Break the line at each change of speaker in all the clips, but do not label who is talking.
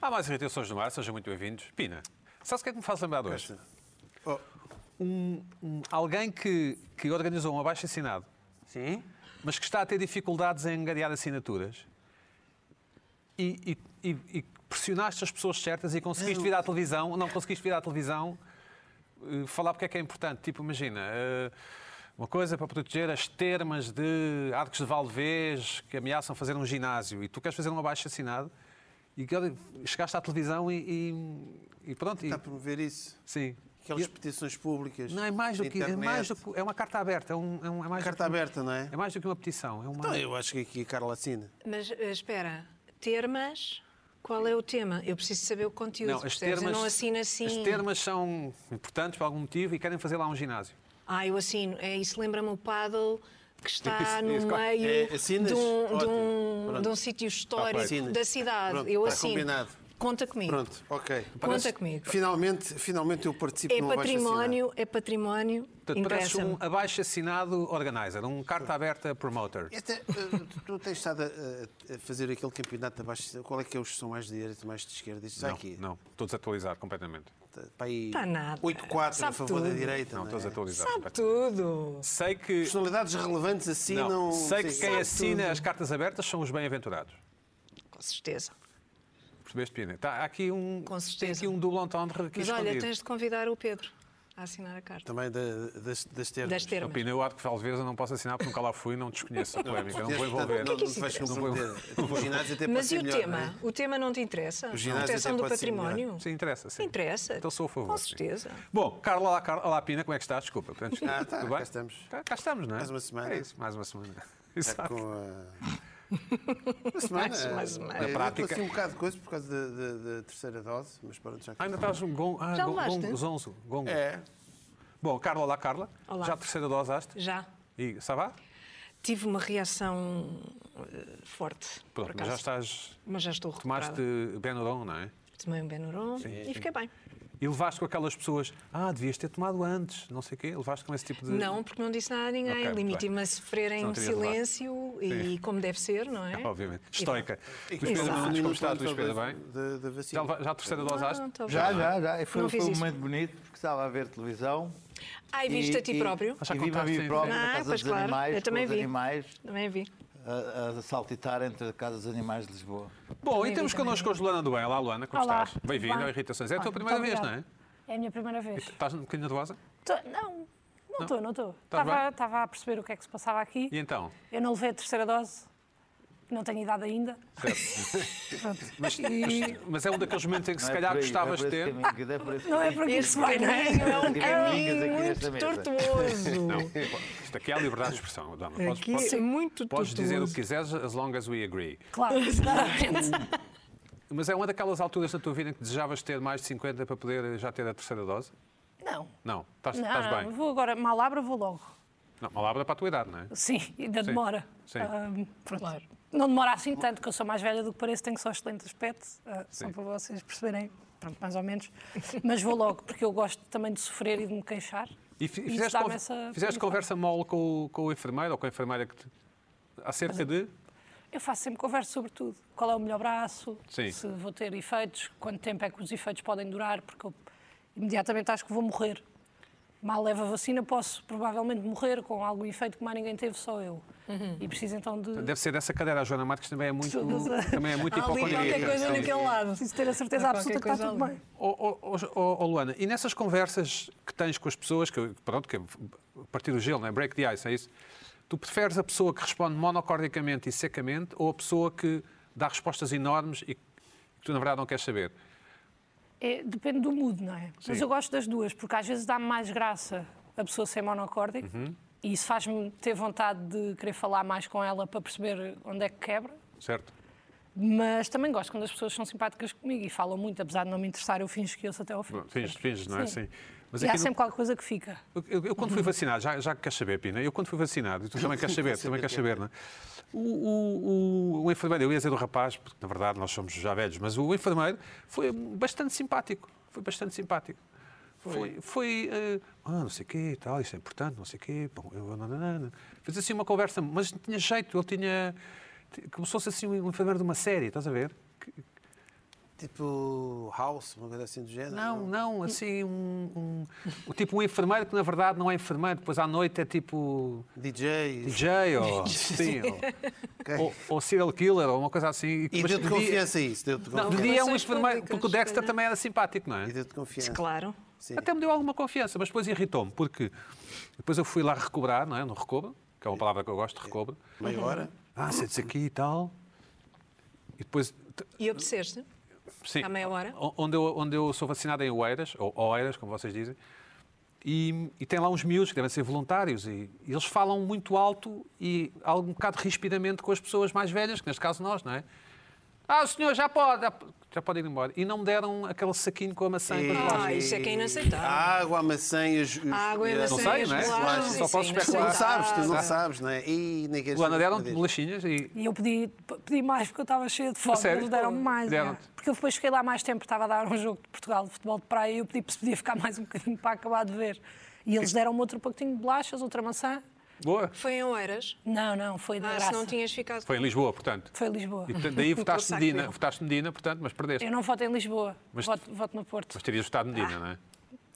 Há mais irritações no ar, sejam muito bem-vindos. Pina, sabe o que é que me faz lembrar de hoje?
Oh.
Um, um- alguém que, que organizou um abaixo-assinado,
Sim?
mas que está a ter dificuldades em angariar assinaturas e, e- e- e pressionaste as pessoas certas e conseguiste vir à televisão, não conseguiste vir à televisão eh, falar porque é que é importante. Tipo, imagina, eh, uma coisa para proteger as termas de arcos de Valvez que ameaçam fazer um ginásio e tu queres fazer um abaixo-assinado e que- olha, chegaste à televisão e, e- e pronto. e-
Está a promover isso.
sim.
Aquelas
E-
petições públicas.
não, é mais do
na
que. É,
internet.
mais do que- é uma carta aberta. É, um- é um- é mais do
Carta
que-
aberta, não é?
é mais do que uma petição. É uma...
Então eu acho que aqui a Carla assina.
Mas eh, espera, termas, qual é o tema? Eu preciso saber o conteúdo.
Não, as
percebes?
termas,
eu não assino assim.
as termas são importantes por algum motivo e querem fazer lá um ginásio.
Ah, eu assino. É, isso lembra-me o paddle que está
Isso,
no
isso, claro.
meio
É, assinas?
de um, de
Ótimo.
um-
Pronto. Ah,
de um sítio histórico
Assinas.
da cidade.
Pronto,
eu
está
assino.
combinado.
Conta comigo.
Pronto, ok.
comigo.
Finalmente, finalmente eu participo
É
num abaixo-assinado.
património, é património.
Portanto, parece
Interessa-me.
um abaixo-assinado organizer, um carta aberta promoter.
Este é, eh, tu- tu tens estado a, a- a fazer aquele campeonato de abaixo. Qual é que é os que são mais de direita, mais de esquerda? Isto está
Não,
aqui.
não, estou desatualizado completamente.
Está para aí
Está nada.
8-4 a
Sabe
favor da
tudo.
direita.
Não,
Não,
estou
é?
desatualizado.
Sabe
completamente.
tudo.
Sei que,
Personalidades relevantes
não,
assinam.
sei que
Sim.
quem
Sabe
assina
tudo.
as cartas abertas são os bem-aventurados.
Com certeza.
Percebeste, Pina? Tá, há aqui um,
Com
tem
certeza.
aqui um double entendre aqui
Mas
escondido.
olha, tens de convidar o Pedro a assinar a carta.
Também da- das, das termas.
Das
Não,
termas.
Oh, Pina, eu acho que talvez eu não posso assinar porque nunca lá fui e não desconheço a polémica. Não vou
Portanto,
envolver.
Não, não
que isso
te vais
interessa?
comprometer. O ginásio até pode
Mas
ser
e o
melhor,
tema?
não é?
O tema não te interessa?
ginásio
proteção
até
do
pode ser melhor.
património?
Sim, interessa. Sim.
Interessa.
Então sou a favor.
Com
sim.
certeza.
Bom, Carla, olá, Carla, olá, Pina, como é que estás? Desculpa. portanto,
Ah, tá,
tudo
cá
bem?
estamos.
Cá, cá estamos, não é?
Mais uma semana. Tá
É isso, mais uma semana.
Está
Exato.
com a. Uma semana.
Mais uma semana.
Eu
prática.
Estou assim um bocado de coisa por causa da- da da terceira dose, mas pronto, já
Ah, ainda estás um gongo. Ah,
Já
gon-
levaste? né?
gongo, zonzo, gongo.
É.
Bom, Carla, olá, Carla.
Olá.
Já a terceira dose haste?
Já.
E sabe?
Tive uma reação eh, forte. por
Pronto, mas já
acaso.
estás.
Mas já estou recuperada.
Tomaste Benodon, não é?
Tomei um Benuron e fiquei bem.
E levaste com aquelas pessoas. Ah, devias ter tomado antes, não sei o quê. Levaste com esse tipo de.
Não, porque não disse nada a ninguém.
Ok, muito
Limiti-me a sofrer
Não
em
terias levado.
silêncio e como deve ser, não é?
Ah, Obviamente.
E
Estoica. Luís
Exato.
Pedro Nunes, como está?
Minuto
Luís Pedro,
da-
bem?
Da, da
Já,
vacina.
leva- já a terceira dose haste?
Não, tá bem.
Já, já, já. E foi,
Não
foi
fiz
um
isso.
momento bonito, porque estava a ver televisão.
Ai, viste a ti próprio?
Ah, já
E vi a
contaste,
mim
sim.
próprio
Ah,
na Casa
pois
dos
claro,
Animais,
eu também
com os
vi.
animais
Também é, vi.
a, a saltitar entre a Casa dos Animais de Lisboa.
Bom, e
vi,
temos
também
connosco hoje Luana do Bem. Olá, Luana, como
Olá,
estás? Bem-vinda
bem.
ao Irritações. É a tua
Olha,
primeira
muito
vez, não é?
obrigada. É a minha primeira vez.
Estás um bocadinho nervosa?
Tô- não, não estou, não estou.
Estás
Estava
Tá bem?
estava a perceber o que é que se passava aqui.
E então?
Eu não levei a terceira dose, não tenho idade ainda.
Mas, mas- mas é um daqueles momentos em que se
Não é
calhar
por aí,
gostavas
não
de
é por esse
ter.
caminho, que é por esse
Não é
caminho.
por aqui que se vai, não é?
caminho é um
Tem caminhinhas
caminho
aqui
muito
nesta mesa.
tortuoso.
Isto aqui é a liberdade de expressão, Dama. Podes,
Aqui
podes,
é muito
podes
tortuoso.
dizer o que quiseres, as long as we agree.
Claro.
Mas é uma daquelas alturas na tua vida em que desejavas ter mais de 50 para poder já ter a terceira dose?
Não,
Não, estás, estás
não,
bem.
vou agora, mal abro, vou logo.
Não, palavra para a tua idade, não é?
Sim, ainda demora.
Sim.
Ahm, pronto. Não demora assim tanto, que eu sou mais velha do que pareço, tenho só excelente aspecto, ah, só
Sim.
para vocês perceberem, pronto, mais ou menos. Mas vou logo, porque eu gosto também de sofrer e de me queixar.
E fi-
isso
fizeste,
dá-me
conver-
essa
fizeste conversa
preocupação.
mole com, o- com o enfermeiro ou com a enfermeira que te... acerca de.
Eu faço sempre conversa sobre tudo. Qual é o melhor braço,
Sim.
se vou ter efeitos, quanto tempo é que os efeitos podem durar, porque eu imediatamente acho que vou morrer. Mal levo a vacina, posso provavelmente morrer com algum efeito que mais ninguém teve, só eu. E preciso então de
Deve ser dessa cadeira. A Joana Marques também é muito,
Todas as-
também é muito
Há ali qualquer
hipocondríaca.
coisa naquele lado.
preciso ter a certeza
Há
absoluta que
qualquer
está tudo
coisa ali.
bem.
Ó ó, ó, ó, ó, Luana, e nessas conversas que tens com as pessoas, que pronto, que é a partir do gelo, não é? break the ice, é isso? Tu preferes a pessoa que responde monocordicamente e secamente ou a pessoa que dá respostas enormes e que tu na verdade não queres saber?
É, depende do mood, não é? Mas
Sim.
eu gosto das duas, porque às vezes dá-me mais graça a pessoa ser monocórdica e isso faz-me ter vontade de querer falar mais com ela para perceber onde é que quebra.
Certo?
Mas também gosto quando as pessoas são simpáticas comigo e falam muito, apesar de não me interessar, eu finjo que ouço até ao fim.
Finges, finges, não é? Sim. Mas
E há
aqui no-
sempre qualquer coisa que fica.
Eu, eu- eu quando fui vacinado, já, já queres saber, Pina, eu quando fui vacinado, e tu também queres saber, tu também queres saber, não é? O, o, o, o enfermeiro, eu ia dizer o rapaz, porque na verdade nós somos já velhos, mas o enfermeiro foi bastante simpático, foi bastante simpático. Foi, foi eh, ah, não sei o quê, tal, isto é importante, não sei o quê, bom, eu, nananana. Fez assim uma conversa, mas tinha jeito, ele tinha, ti- como se fosse assim um enfermeiro de uma série, estás a ver? Que-
Tipo house, uma coisa assim do género?
Não, não, assim, um, um- o tipo um enfermeiro que na verdade não é enfermeiro, depois à noite é tipo
DJ.
DJ ou, sim, ou-
ok.
ou, ou serial killer ou uma coisa assim.
E
mas
deu-te
de dia-
confiança isso? Deu-te
Não,
confiança.
de dia é um
Relações
enfermeiro, porque o
públicas,
Dexter
né?
também era simpático, não é?
E deu-te confiança.
Claro.
Sim.
Até me deu alguma confiança, mas depois irritou-me, porque depois eu fui lá recobrar, não é? No recobro, que é uma palavra que eu gosto, recobro.
Meia hora.
Ah, sentes aqui e tal. E depois, t-
E obseste?
sim,
À meia hora?
o- onde eu, onde eu sou vacinado é em Oeiras, ou Oeiras, como vocês dizem, e, e tem lá uns miúdos que devem ser voluntários e, e eles falam muito alto e algum bocado rispidamente com as pessoas mais velhas, que neste caso nós, não é? Ah, o senhor já pode, já, já pode ir embora. E não me deram aquele saquinho com a maçã e com as bolachas.
Ah, isso é que é inaceitável.
A água, a maçã e os... os-
A água e a
Ah,
maçã
Não sei,
e as
não é?
bolachas,
Só
isso
posso
é
Tu não
especular.
inaceitável.
sabes, tu não sabes, não é? E nem queres
Luana, um
saber.
deram-te bolachinhas e
E eu pedi, pedi mais porque eu estava cheia de fome.
sério?
Eles deram-me mais.
Deram-te.
é. Porque eu depois fiquei lá mais tempo, estava a dar um jogo de Portugal de futebol de praia e eu pedi se podia ficar mais um bocadinho para acabar de ver. E eles deram-me outro pacotinho de bolachas, outra maçã.
boa.
Foi em Oeiras?
Não, não, foi de
Ah,
graça.
se não tinhas ficado...
Foi em Lisboa, portanto.
Foi em Lisboa.
E portanto, daí votaste
saco
Medina,
dele.
votaste Medina, portanto, mas perdeste.
Eu não voto em Lisboa,
Mas-
voto, voto no Porto.
Mas terias votado Medina, não é?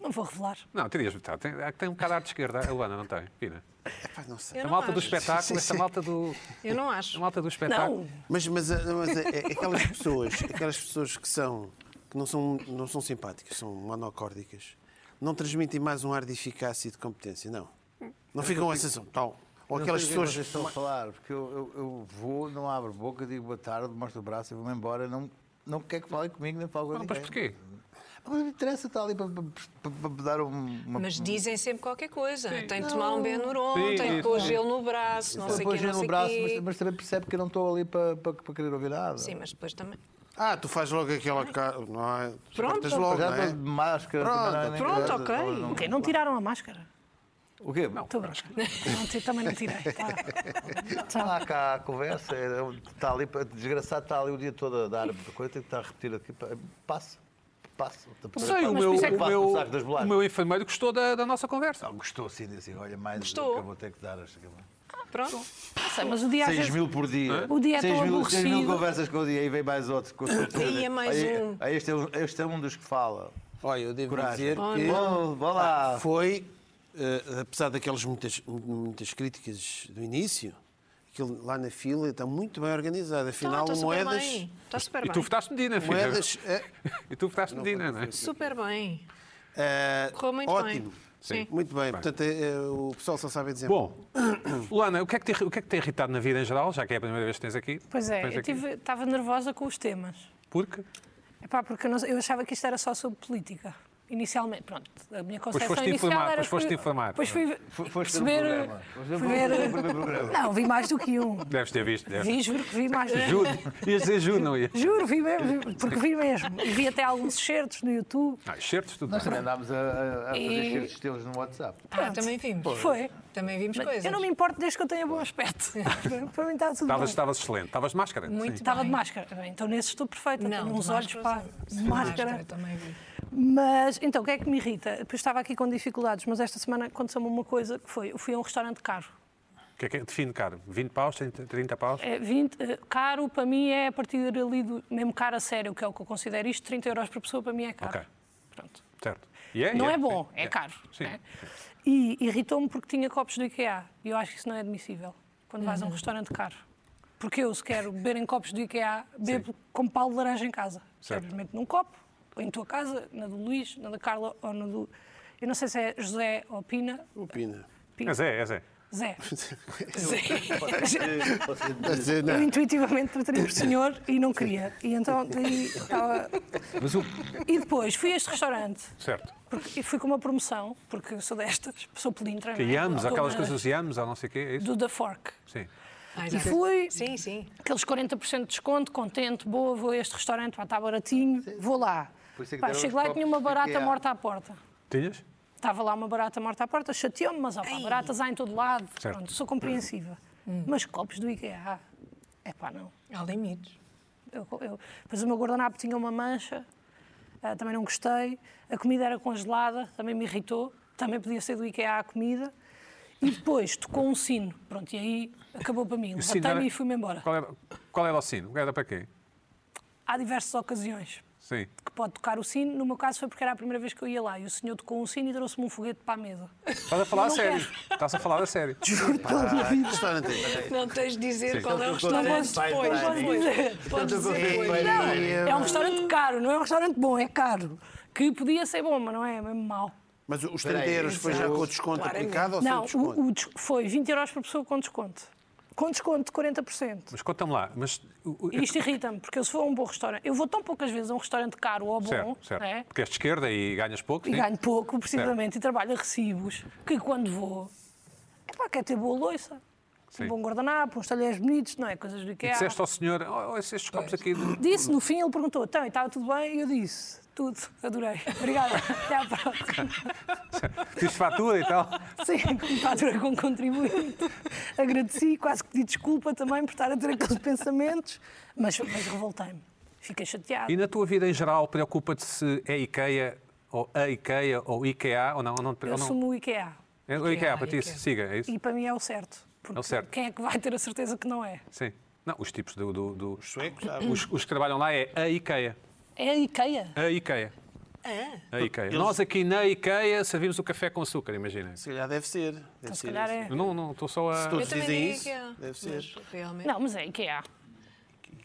Não vou revelar.
Não, terias votado. Tem, é que tem um bocado de arte de esquerda, a Luana, não tem? Pina.
Epá, não sei.
Eu
A
não
malta do
acho.
espetáculo, essa malta do,
Eu não
a
acho.
malta do espetáculo.
Não,
Mas, mas, ah, mas ah, é- aquelas pessoas, aquelas pessoas que são que não são não são simpáticas, são monocórdicas, não transmitem mais um ar de eficácia e de competência, não. Não ficam essa sensação, tal. Ou
Eu não
aquelas
sei o que é que
pessoas
vocês estão a falar, porque eu, eu- eu vou, não abro boca, digo boa tarde, mostro o braço e vou-me embora. Não, não quer que falem comigo, nem falo com
Não,
ninguém.
mas porquê?
Mas me interessa estar ali para, para- para- para dar um- uma.
Mas dizem sempre qualquer coisa. Tem de tomar um Benuron,
Sim,
tem
sim.
de pôr gelo no braço, não sei o
depois
quê,
giro
não
no
sei
braço,
quê.
mas, mas também percebe que eu não estou ali para, para, para querer ouvir nada.
Sim, mas depois também.
Ah, tu fazes logo aquela cara, não é?
Pronto.
Cortas logo,
Já
não
estou de
é?
máscara.
Pronto,
também não é
pronto,
engraçado,
ok.
não-
ok, não tiraram a máscara.
O quê? Não.
Estou bem. Não, ti- também não tirei. Tá.
Está Tá lá cá a conversa, é, está ali, para- desgraçado, está ali o dia todo a dar coisa, tem que estar a repetir aqui. pa- Passa, passa.
Não sei, o
Mas
meu,
por isso é que-
o,
Passa
meu,
no saco das bolachas.
o meu enfermeiro gostou da, da nossa conversa.
Não, gostou assim, disse, olha, mais
Gostou.
do que eu vou ter que dar. Acho que...
Pronto.
Não sei, mas o dia às
6
vezes...
mil por dia.
O dia é tão
6 mil, 6 mil
aborrecido.
conversas com o dia, aí vem mais outro. Com
Aí é mais
aí,
um.
aí este, é um, este é um dos que fala.
Olha, eu devo
Coragem.
dizer que
Bom, vá lá.
Foi, eh, apesar daquelas muitas, muitas críticas do início, aquilo lá na fila está muito bem organizado. Afinal,
Está super
moedas.
Então, bem. Está super
E
bem.
tu votaste Medina, filha.
Moedas. eh,
E tu votaste Medina, não é?
Super bem.
eh,
Correu muito
ótimo.
bem. Sim.
Muito bem. Portanto, eh, eh, o pessoal só sabe dizer.
Bom, Luana, o que, é que te, irri- o que é que te tem irritado na vida em geral, já que é a primeira vez que tens aqui?
Pois é,
Tens
eu
aqui.
tive- estava nervosa com os temas.
Porque?
Epá, porque eu, não- eu achava que isto era só sobre política. Inicialmente, pronto, a minha concepção
foste
inicial
informar,
era...
depois foste
fui-
informar.
Depois fui
Fo- foste ver o
perceber...
programa.
Fui
Foste ver o primeiro
ver...
programa.
Não, vi mais do que um.
Deves ter visto. Deves.
Vi, juro que vi mais do que um.
Juro. Ias dizer juro, não ia?
Juro, vi mesmo, vi- porque vi mesmo. E vi até alguns certos no YouTube.
Ah, certos, tudo
Nós
bem.
também andámos a, a, a fazer
E-
certos estilos no WhatsApp.
Ah, também vimos.
Foi.
Também vimos
Mas
coisas.
Eu não me importo desde que eu tenha bom aspecto. Para mim está tudo
Estavas,
bem.
estavas excelente. Estavas de máscara.
Muito
Estava de máscara. Bem, Então nesse estou perfeita.
Não,
Tenho uns
de
olhos
máscara,
para máscara.
eu também vi.
Mas, então, o que é que me irrita? Depois estava aqui com dificuldades, mas esta semana aconteceu-me uma coisa que foi, eu fui a um restaurante caro.
O que é que é? Define, caro. 20 paus, 30, 30 paus?
É 20, eh, caro para mim é a partir ali do mesmo caro a sério, que é o que eu considero isto, 30 euros por pessoa para mim é caro.
Ok.
Pronto.
Certo. E
Não
e
é bom, é caro.
Sim.
né? E irritou-me porque tinha copos do IKEA. E eu acho que isso não é admissível quando vais a um restaurante caro. Porque eu, se quero beber em copos do IKEA, bebo com pau de laranja em casa.
Certo.
Simplesmente num copo, ou em tua casa, na do Luís, na da Carla ou na do. Eu não sei se é José ou Pina.
Opina.
Pina.
Mas é, é, é.
Zé.
Quer dizer, não.
Eu intuitivamente tratei por senhor e não queria. E então daí estava.
Mas o...
E depois fui a este restaurante
Certo.
porque, e fui com uma promoção, porque sou destas, sou pelintra.
Que
não é?
yams,
Estou
aquelas
na-
coisas yams, ou não sei o quê, é isso?
do The Fork.
Sim.
Ah,
E
exato.
fui,
Sim, sim.
aqueles 40% de desconto, contente, boa, vou a este restaurante, está baratinho, vou lá.
Por isso é que
Pá,
deram
chego
os
lá e tinha uma
copos de
barata
IKEA.
morta à porta.
Tinhas?
Estava lá uma barata morta à porta, chateou-me, mas ó, pá,
Ei.
baratas há em todo lado,
Certo.
pronto, sou compreensiva. Mas copos do IKEA, é pá, não.
Há limites.
Eu, eu, pois o meu guardanapo tinha uma mancha, ah, também não gostei. A comida era congelada, também me irritou. Também podia ser do IKEA a comida. E depois tocou um sino. Pronto, e aí acabou para mim.
O sino
Levantei-me
era-
e fui-me embora.
Qual era, qual era o sino? Era para quê?
Há diversas ocasiões.
Sim.
que pode tocar o sino. No meu caso foi porque era a primeira vez que eu ia lá e o senhor tocou um sino e trouxe-me um foguete para a mesa.
Estás a falar a
Não
sério. Estás a falar a sério.
então Restaurante. é
Não tens de dizer qual é o
Então,
restaurante
vai,
depois.
vai, vai.
depois. Podes
Então,
dizer
vai,
depois.
vai.
É um restaurante caro, não é um restaurante bom, é caro. Que podia ser bom, mas não é, é mesmo mau.
Mas os 30 euros foi já com o desconto
Claramente.
aplicado ou sem
Não,
desconto?
o- o des- foi 20 euros por pessoa com desconto. Com desconto de 40%.
Mas conta-me lá. Mas, o- o-
E isto irrita-me, porque eu se for a um bom restaurante, eu vou tão poucas vezes a um restaurante caro ou bom,
certo, certo.
né?
Porque és de esquerda e ganhas pouco.
e
sim?
ganho pouco, precisamente, e trabalho a recibos, que quando vou, é pá, quer ter boa louça.
Sim.
Um bom guardanapo, uns talheres bonitos, não é? Coisas do
E
IKEA.
disseste ao senhor, "Oh, oh, estes copos aqui... de-"
Disse, no fim, ele perguntou, então, e estava tudo bem? E eu disse, tudo, adorei. Obrigada, até à próxima.
Fiz fatura e tal.
Sim, com fatura com contribuinte. Agradeci, quase que pedi desculpa também por estar a ter aqueles pensamentos, mas, mas revoltei-me. Fiquei chateada.
E na tua vida em geral, preocupa-te se é IKEA ou a IKEA ou IKEA ou não? Ou não, ou
Eu
não?
assumo o IKEA
É o IKEA, para ti,
IKEA.
siga, é isso?
e para mim é o certo. Porque
É o certo.
quem é que vai ter a certeza que não é?
Sim. Não, os tipos do... do- do-
Os suecos, sabe?
Os, os que trabalham lá é a IKEA.
É a IKEA.
A IKEA.
Ah,
É.
A IKEA. Nós aqui na IKEA servimos o café com açúcar, imagina.
Se calhar deve ser. Deve
Então,
ser
se calhar
isso.
é.
Eu não, não, estou só a...
Se todos
eu também
dizem
diria
isso,
que é.
deve ser.
Mas, realmente.
Não, mas é IKEA.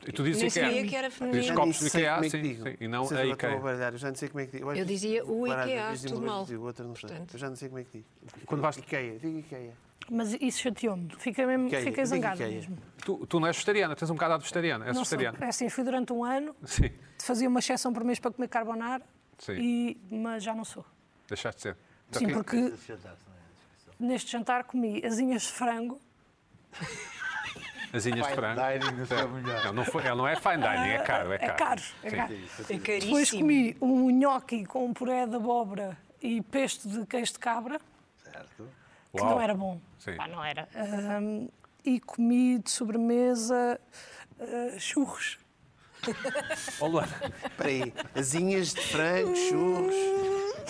E tu dizes
Nem
IKEA.
sabia que era feminino.
Dizes
Já
copos do
nem sei
IKEA,
como é que
sim,
digo.
sim. E não
Vocês
a
agora estão
IKEA.
baralhar, eu já não sei como é que digo.
Eu dizia o
Baralho,
IKEA,
diz uma
tudo
vez,
mal.
digo outra, não sei.
Portanto.
Eu já não sei como é que digo.
Quando vais-
Ikea, digo Ikea.
Mas isso chateou-me. Fiquei, mesmo,
IKEA,
fiquei
eu digo
zangada
IKEA.
mesmo.
Tu, tu não és vegetariana, tens um bocado de vegetariana. És
Não sou-
vegetariana.
é assim, fui durante um ano,
Sim,
fazia uma exceção por mês para comer carbonara,
Sim. Então,
e- mas já não sou.
deixaste de ser. Tá
Sim, porque neste jantar comi asinhas de frango,
Asinhas de frango.
dining do seu é melhor.
Não, não foi, ele não é fine dining, é caro. É
é
caro.
caro. É
Sim.
caro.
É caríssimo.
Depois comi um nhoque com um puré de abóbora e pesto de queijo de cabra, que
Uau.
não era bom.
Sim.
Ah,
Pá, não era. Ahm, e comi de sobremesa ah, churros.
Ó, Luana,
Espera aí, asinhas de frango, churros.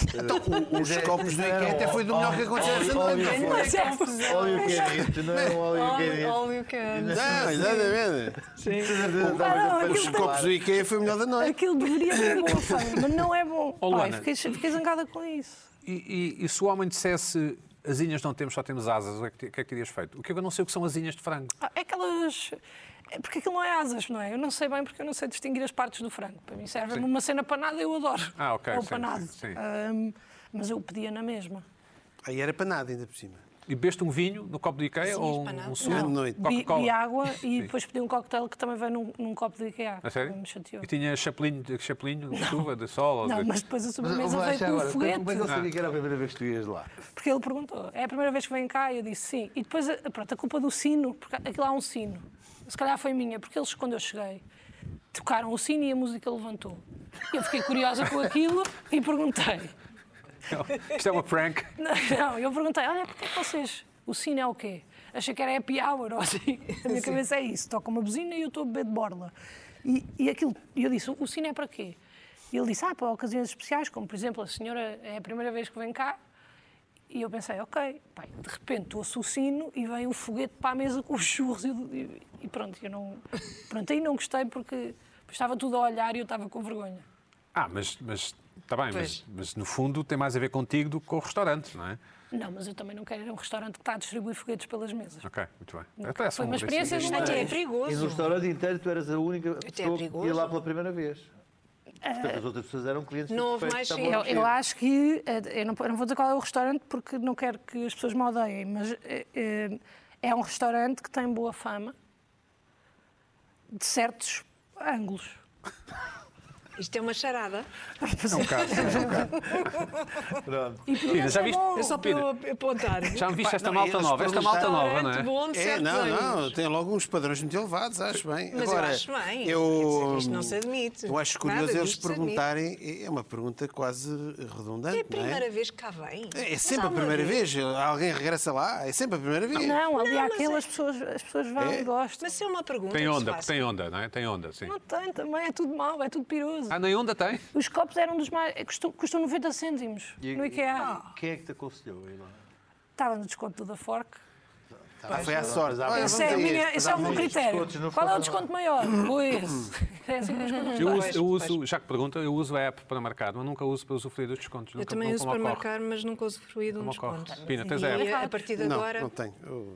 Então, o- os
Mas é-
copos do Ikea até foi do melhor que aconteceu essa noite. não foi?
Mas é confusão.
Óleo quente, não é um óleo quente.
Óleo- Óleo quente.
Não, exatamente. Os copos do Ikea foi o melhor da noite.
Aquilo deveria ser bom, sabe? mas não é bom.
Oh,
Pá,
Luana.
fiquei, fiquei zangada com isso.
e, e- e se o homem dissesse asinhas não temos, só temos asas, o que é que, ti- o que é que terias feito? O que eu não sei o que são asinhas de frango.
Ah, É aquelas. é Porque aquilo não é asas, não é? Eu não sei bem porque eu não sei distinguir as partes do frango. Para mim serve-me uma cena panada, eu adoro.
Ah, ok,
Ou
sim,
panado.
sim, sim.
Ahm, mas eu pedia na mesma.
Aí era para nada, ainda por cima.
E bebeste um vinho no copo do Ikea
Asinhas
ou
para nada.
um, um suco?
Grande noite.
Bi,
Coca-Cola.
bi água e depois pedi um cocktail que também veio num, num copo de IKEA.
A sério?
Me chateou.
E tipo, tinha chapelinho, de- chapelinho de chuva, de sol? ou
Não,
de-
mas depois a
Mas,
sobremesa
mas
veio
já
com um
agora,
foguete.
Como é que eu sabia que era a primeira vez que tu ias lá?
Porque ele perguntou, é a primeira vez que vem cá? E eu disse sim. E depois, eh, pronto, a culpa do sino, porque aquilo há um sino. Se calhar foi minha, porque eles, quando eu cheguei, tocaram o sino e a música levantou. E Eu fiquei curiosa com aquilo e perguntei.
Isto é uma prank.
Não, não, eu perguntei, olha, porque é que vocês. O sino é o quê? Achei que era happy hour ou assim. A minha cabeça é isso. Toca uma buzina e eu estou a beber de borla. E, e aquilo, e eu disse, o sino é para quê? E ele disse, ah, para ocasiões especiais, como por exemplo, a senhora é a primeira vez que vem cá. E eu pensei, ok, pai, de repente ouço o sino e vem um foguete para a mesa com os churros e, e- e pronto, eu não. Pronto, aí não gostei porque estava tudo a olhar e eu estava com vergonha.
Ah, mas está bem, mas,
Pois.
mas no fundo tem mais a ver contigo do que com o restaurante, não é?
Não, mas eu também não quero ir a um restaurante que está a distribuir foguetes pelas mesas.
Ok, muito bem. Parece
Foi uma
bom
experiência
assim,
princípio.
de uma
Até é
E no
perigoso.
restaurante inteiro tu eras a única pessoa que
É perigoso. Ah.
ia lá pela primeira vez. Portanto, as outras pessoas eram clientes. tá
Não houve mais sim.
satisfeitos,
Eu,
estavam a
eu
mexer.
acho que. eh, Eu não, eu não vou dizer qual é o restaurante porque não quero que as pessoas me odeiem, mas eh, eh, é um restaurante que tem boa fama de certos ângulos.
Isto é uma charada.
É um caso, é um caso.
Pronto.
E por
Pina,
isso
já
é
viste-
bom.
É só para eu apontar.
Já me viste esta
não,
malta
eles
nova? Esta malta nova, não
Restaurante
é?
bom de
É,
certos
não, não,
ângulos.
tem logo uns padrões muito elevados, acho bem.
Mas eu
Agora,
acho bem. Quer
Eu, hum,
dizer, isto não se admite.
Eu acho
Nada
curioso eles
disto se admite.
perguntarem, é uma pergunta quase redundante.
É a
não
primeira vez que cá vem.
É
Mas
sempre
há
a
uma
primeira vez. Alguém regressa lá, é sempre a primeira vez.
Não, é- ali há aquele, as pessoas, as pessoas vão e gostam.
Mas é uma pergunta.
Tem
que se
onda,
faz.
tem onda, não é? Tem onda, sim.
Não tem também, é tudo mau, é tudo piroso.
Ah, nem onda tem?
Os copos eram dos mais. eh, Custam, custam 90 cêntimos
E-
no IKEA.
Quem é que te aconselhou a ir lá?
Estava no desconto do da Fork.
Ah, foi à sorte. Ah,
Esse é, a
vamos a
minha,
este.
esse é o meu
muitos
critério.
descontos no
Qual é o
final.
desconto maior? Pois. É assim que as coisas
Eu
vão.
uso, eu uso- já que pergunta, eu uso a app para marcar, mas nunca uso para usufruir dos descontos.
Eu
nunca-
também
nunca
uso
me
para
ocorre.
marcar, mas nunca usufruí de um
Não me ocorre.
desconto.
Pina, tens a
E
app?
a a partir de agora,
Não, não tenho. Eu-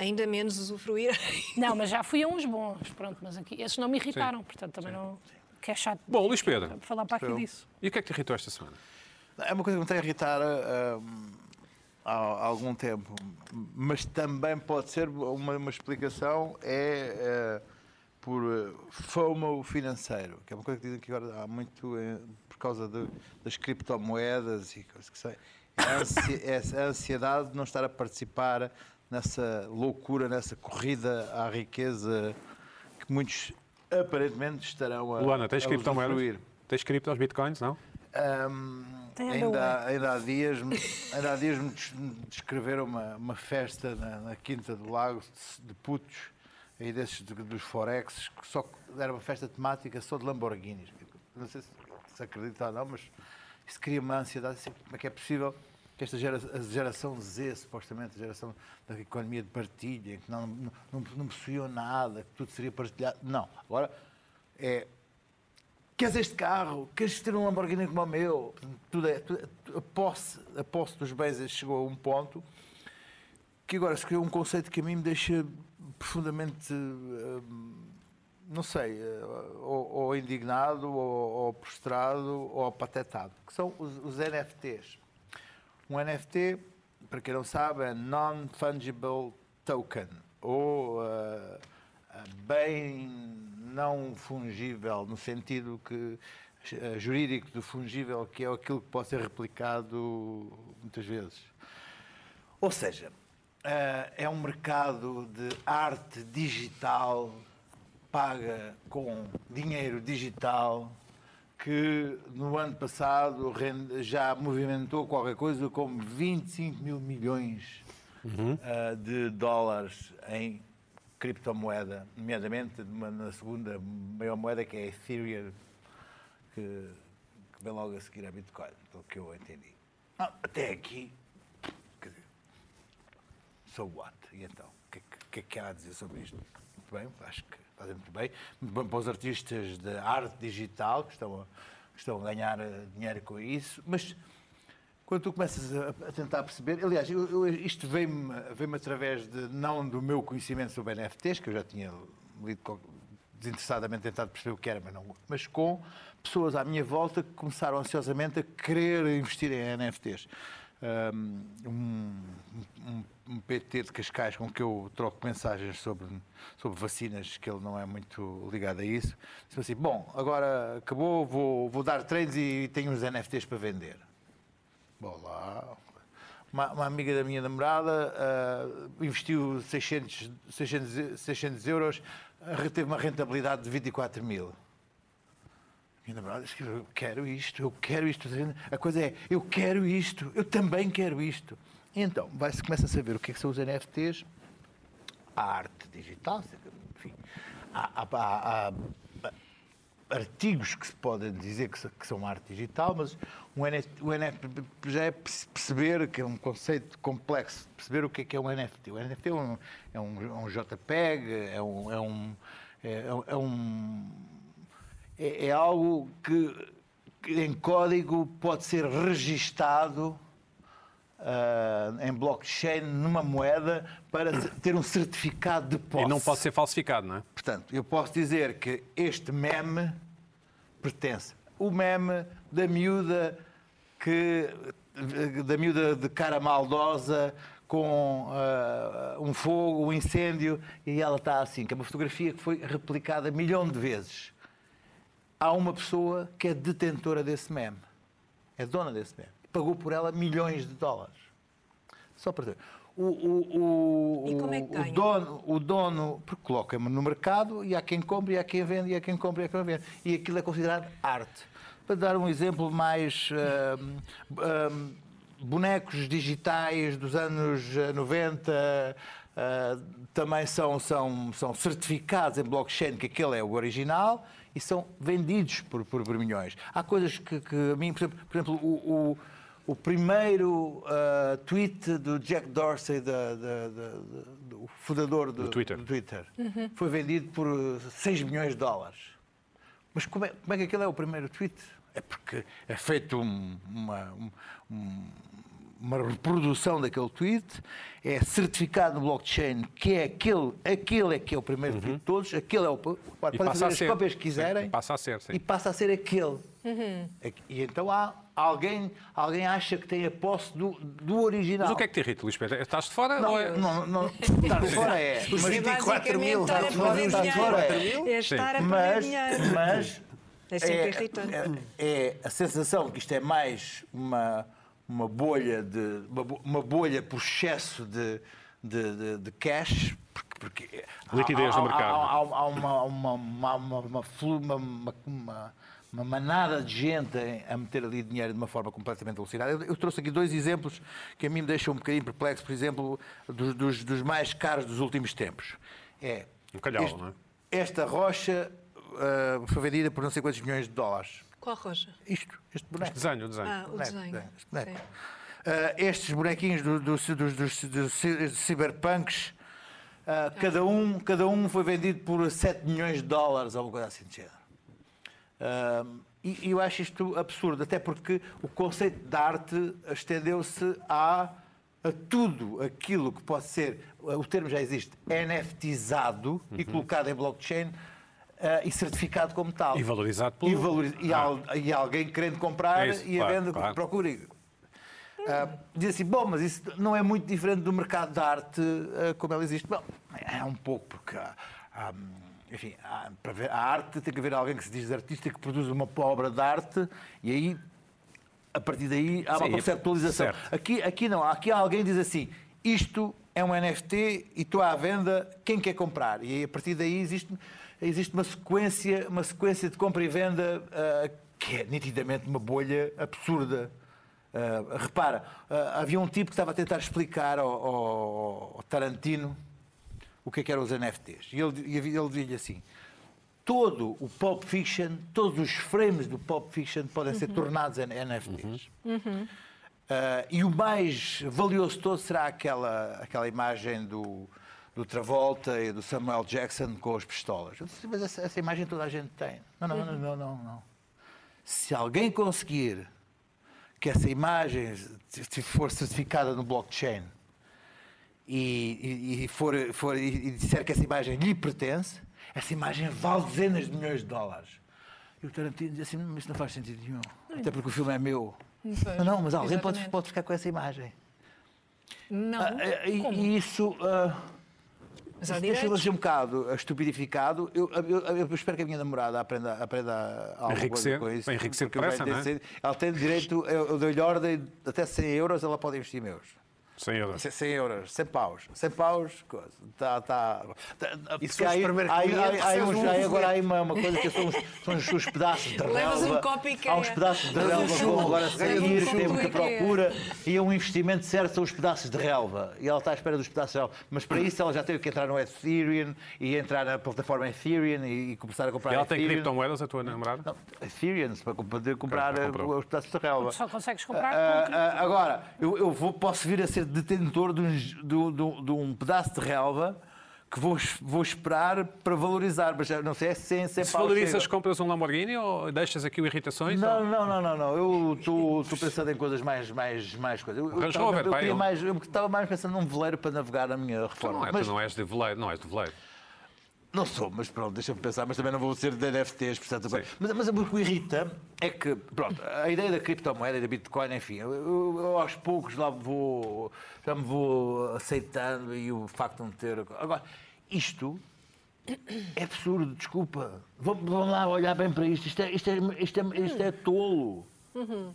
ainda menos usufruir.
Não, mas já fui a uns bons, pronto, mas aqui esses não me irritaram, portanto também não. Que é chato.
Bom, Luís Pedro,
Falar para aqui disso.
e o que é que te irritou esta semana?
É uma coisa que me tem a irritar ah, há há algum tempo, mas também pode ser uma, uma explicação é ah, por ah, FOMO financeiro, que é uma coisa que dizem que agora há muito eh, por causa de- das criptomoedas e coisas que sei. A ansi- Essa ansiedade de não estar a participar nessa loucura, nessa corrida à riqueza que muitos aparentemente estarão a.
Luana, tens
a usufruir.
criptomoedas? Tens cripto aos bitcoins, não?
Ahm,
Tem
ainda,
underwear.
há- ainda há dias, me- ainda há dias me des- me descreveram uma, uma festa na, na Quinta do Lago de, de putos, aí desses de- dos Forexes, que só era uma festa temática só de Lamborghinis. Não sei se, se acredita ou não, mas isso cria uma ansiedade. assim, como é que é possível que esta gera- a geração Z, supostamente, a geração da economia de partilha, em que não, não, não, não possuíam nada, que tudo seria partilhado? Não. Agora é Queres este carro? Queres ter um Lamborghini como o meu? Tudo é, tudo é- a, posse, a posse dos bens chegou a um ponto que agora se criou um conceito que a mim me deixa profundamente, eh, não sei, eh, ou, ou indignado, ou, ou prostrado, ou apatetado, que são os, os NFTs. Um NFT, para quem não sabe, é Non-Fungible Token, ou eh, eh, bem não fungível, no sentido que eh, jurídico do fungível, que é aquilo que pode ser replicado muitas vezes. Ou seja, eh, é um mercado de arte digital paga com dinheiro digital que no ano passado rende- já movimentou qualquer coisa como 25 mil milhões eh, de dólares em criptomoeda, nomeadamente numa- na segunda maior moeda que é a Ethereum, que, que vem logo a seguir a Bitcoin, pelo que eu entendi. Ah, até aqui, quer dizer, So what? E então, o que, que, que é que há a dizer sobre isto? Muito bem, acho que fazem muito bem. Muito bom para os artistas de arte digital que estão a, que estão a ganhar eh, dinheiro com isso, mas quando tu começas a, a tentar perceber, aliás, eu- eu- isto veio-me veio através de não do meu conhecimento sobre NFTs, que eu já tinha lido qual- desinteressadamente tentado perceber o que era, mas não, mas com pessoas à minha volta que começaram ansiosamente a querer investir em NFTs. Hum, Um, um- um PT de Cascais com que eu troco mensagens sobre, sobre vacinas, que ele não é muito ligado a isso, disse assim: Bom, agora acabou, vou, vou dar trades e tenho uns NFTs para vender. Olá. Uma, uma amiga da minha namorada ah, investiu 600, 600, e- 600 euros, ah, teve uma rentabilidade de 24 mil. Minha namorada disse que eu quero isto, eu quero isto. A coisa é, eu quero isto, eu também quero isto. E então, vai-se, começa a saber o que é que são os NFTs, a arte digital, enfim, há- há- há- há artigos que se podem dizer que, se- que são arte digital, mas um o NFT, o NFT já é perce- perceber que é um conceito complexo, perceber o que é que é um NFT. O NFT é um, é um, é um JPEG, é um. É um, é, um- é um- é- é algo que, que em código pode ser registado ah, em blockchain numa moeda para se- ter um certificado de posse.
E não pode ser falsificado, não é?
Portanto, eu posso dizer que este meme pertence. O meme da miúda que da miúda de cara maldosa com ah, um fogo, um incêndio e ela está assim, que é uma fotografia que foi replicada um milhão de vezes. Há uma pessoa que é detentora desse meme. É dona desse meme. Pagou por ela milhões de dólares. Só para ter. O, o- o-
E como é que
o
ganha?
dono, o dono porque coloca-me no mercado e há quem compra e há quem vende e há quem compra e há quem vende. E aquilo é considerado arte. Para dar um exemplo mais. ah, ah, bonecos digitais dos anos ah, 90 ah, também são, são, são certificados em blockchain que aquele é o original e são vendidos por, por, por milhões. Há coisas que, que a mim, por exemplo, por exemplo o- o o primeiro ah, tweet do Jack Dorsey, da- da- da- da- do fundador do,
Do Twitter.
foi vendido por eh, 6 milhões de dólares. Mas como é, como é que aquele é o primeiro tweet? É porque é feito um- uma, um- um- uma reprodução daquele tweet, é certificado no blockchain que é aquele, aquele é que é o primeiro tweet de todos, aquele é o. Podem
Uhum. passa
fazer
a
as
ser.
cópias que quiserem.
Sim, passa a ser, sim.
E passa a ser aquele. É que- E então há alguém, alguém acha que tem a posse do, do original.
Mas o que é que te irrita, Luís Pedro? Estás de fora ou é...
Não, não, não, estar fora é.
Os
mas-
24 mil,
Basicamente, estar a
não,
perder
não,
dinheiro.
fora.
É estar a perder
mas,
dinheiro.
mas
É sempre irritante.
é- é a sensação que isto é mais uma, uma bolha de uma, bo- uma bolha por excesso de, de, de- de cash porque, porque há-
Liquidez
há,
no mercado.
há, há, há uma, uma, uma, uma, uma flu- uma- uma- uma- uma manada de gente a meter ali dinheiro de uma forma completamente alucinada. Eu, eu trouxe aqui dois exemplos que a mim me deixam um bocadinho perplexo, por exemplo, dos, dos- dos mais caros dos últimos tempos. É
Um calhau,
este-
não é?
Esta rocha ah, foi vendida por não sei quantos milhões de dólares.
Qual roxa?
Isto, este boneco.
Desenho, desenho.
Ah, o
Boneco,
desenho.
boneco, este boneco.
Sim.
É, né? Ah, estes bonequinhos do- do- dos, dos- dos ci- cyberpunks, ah, cada, um, cada um foi vendido por 7 milhões de dólares, alguma coisa assim de género. Ah, e, e eu acho isto absurdo, até porque o conceito de arte estendeu-se a, a tudo aquilo que pode ser, o termo já existe, NFTizado
Uhum.
e colocado em blockchain ah, e certificado como tal.
E valorizado pelo- Ah,
E, valoriz- e al- e alguém querendo comprar
É isso,
e a
claro,
venda
claro.
procura. Ah, diz assim, bom, mas isso não é muito diferente do mercado da arte ah, como ela existe. Bom, é um pouco, porque há- há, enfim, há- para ver, a arte tem que haver alguém que se diz artista que produz uma obra de arte e aí, a partir daí, há uma
Sim, é
conceptualização.
certo.
Aqui, aqui não, aqui há alguém que diz assim, isto é um NFT e estou à venda, quem quer comprar? E aí, a partir daí existe, existe uma, sequência, uma sequência de compra e venda ah, que é nitidamente uma bolha absurda. Ah, repara, ah, havia um tipo que estava a tentar explicar ao, ao- ao Tarantino o que é que eram os NFTs. E ele, e ele dizia-lhe assim, todo o Pulp Fiction, todos os frames do Pulp Fiction podem ser tornados em NFTs. Ah, e o mais valioso de todo será aquela, aquela imagem do, do Travolta e do Samuel Jackson com as pistolas. Eu disse, mas essa, essa imagem toda a gente tem. Não, não, não, não, não, não. Se alguém conseguir que essa imagem se- se for certificada no blockchain e, e- e for, for- e- e disser que essa imagem lhe pertence, essa imagem vale dezenas de milhões de dólares. E o Tarantino diz assim, "Mas isso não faz sentido nenhum, até porque o filme é meu. Não, não, mas alguém pode,
exatamente.
pode ficar com essa imagem.
Não,
Ah, ah, e,
como?
e isso... ah,
Mas há
Deixa eu
direitos.
ser um bocado eh, estupidificado. Eu, eu- eu- eu espero que a minha namorada aprenda, aprenda alguma
Enriquecer-
coisa com isso.
enriquecer
porque eu
depressa,
tenho
não é?
sentido. Ela tem direito, eu, eu dou-lhe ordem, até 100 euros ela pode investir meus.
Sem euros.
100 euros, 100 paus, 100 paus, coisa. Tá, tá, tá,
E se
porque
fores
aí-
primeiro
aí-
cliente,
aí- aí
recebes
uns-
um
aí Agora há aí uma, uma coisa que são uns, são uns- uns pedaços de relva.
Levas um copo Ikea.
Há uns pedaços de relva que vão agora sair, que tem muita
Ikea.
procura. E um investimento certo são os pedaços de relva. E ela está à espera dos pedaços de relva. Mas para isso ela já teve que entrar no Ethereum e entrar na plataforma Ethereum e, e começar a comprar
E ela tem
Ethereum.
criptomoedas, a tua namorada?
Não, Ethereum, para poder comprar
para
eh,
comprar.
os pedaços de relva.
Só consegues comprar
Ah,
com cripto.
ah, agora, eu, eu vou- posso vir a ser detentor de um, de um- de um- de um pedaço de relva que vou, es- vou esperar para valorizar, mas já não sei é sem, sem
Se
pau
valorizas, então.
chega.
compras um Lamborghini ou deixas aqui o irritações?
Não, não, não, não, não. Eu estou pensando em coisas mais, mais, mais coisas. Eu, eu,
Range
estava-
Rover,
eu
pá,
queria
eu-
mais, eu estava mais pensando num veleiro para navegar na minha
Tu
reforma.
não, é,
mas,
tu não és de veleiro, não és de veleiro.
Não sou, mas pronto, deixa-me pensar, mas também não vou ser de NFTs, portanto. Mas, mas o que me irrita é que, pronto, a ideia da criptomoeda e da Bitcoin, enfim, eu, eu- eu aos poucos lá vou, já me vou aceitando e o facto de não ter. Agora, isto é absurdo, desculpa. Vão, vão lá olhar bem para isto, isto é, isto é, isto é, isto é tolo.
Uhum.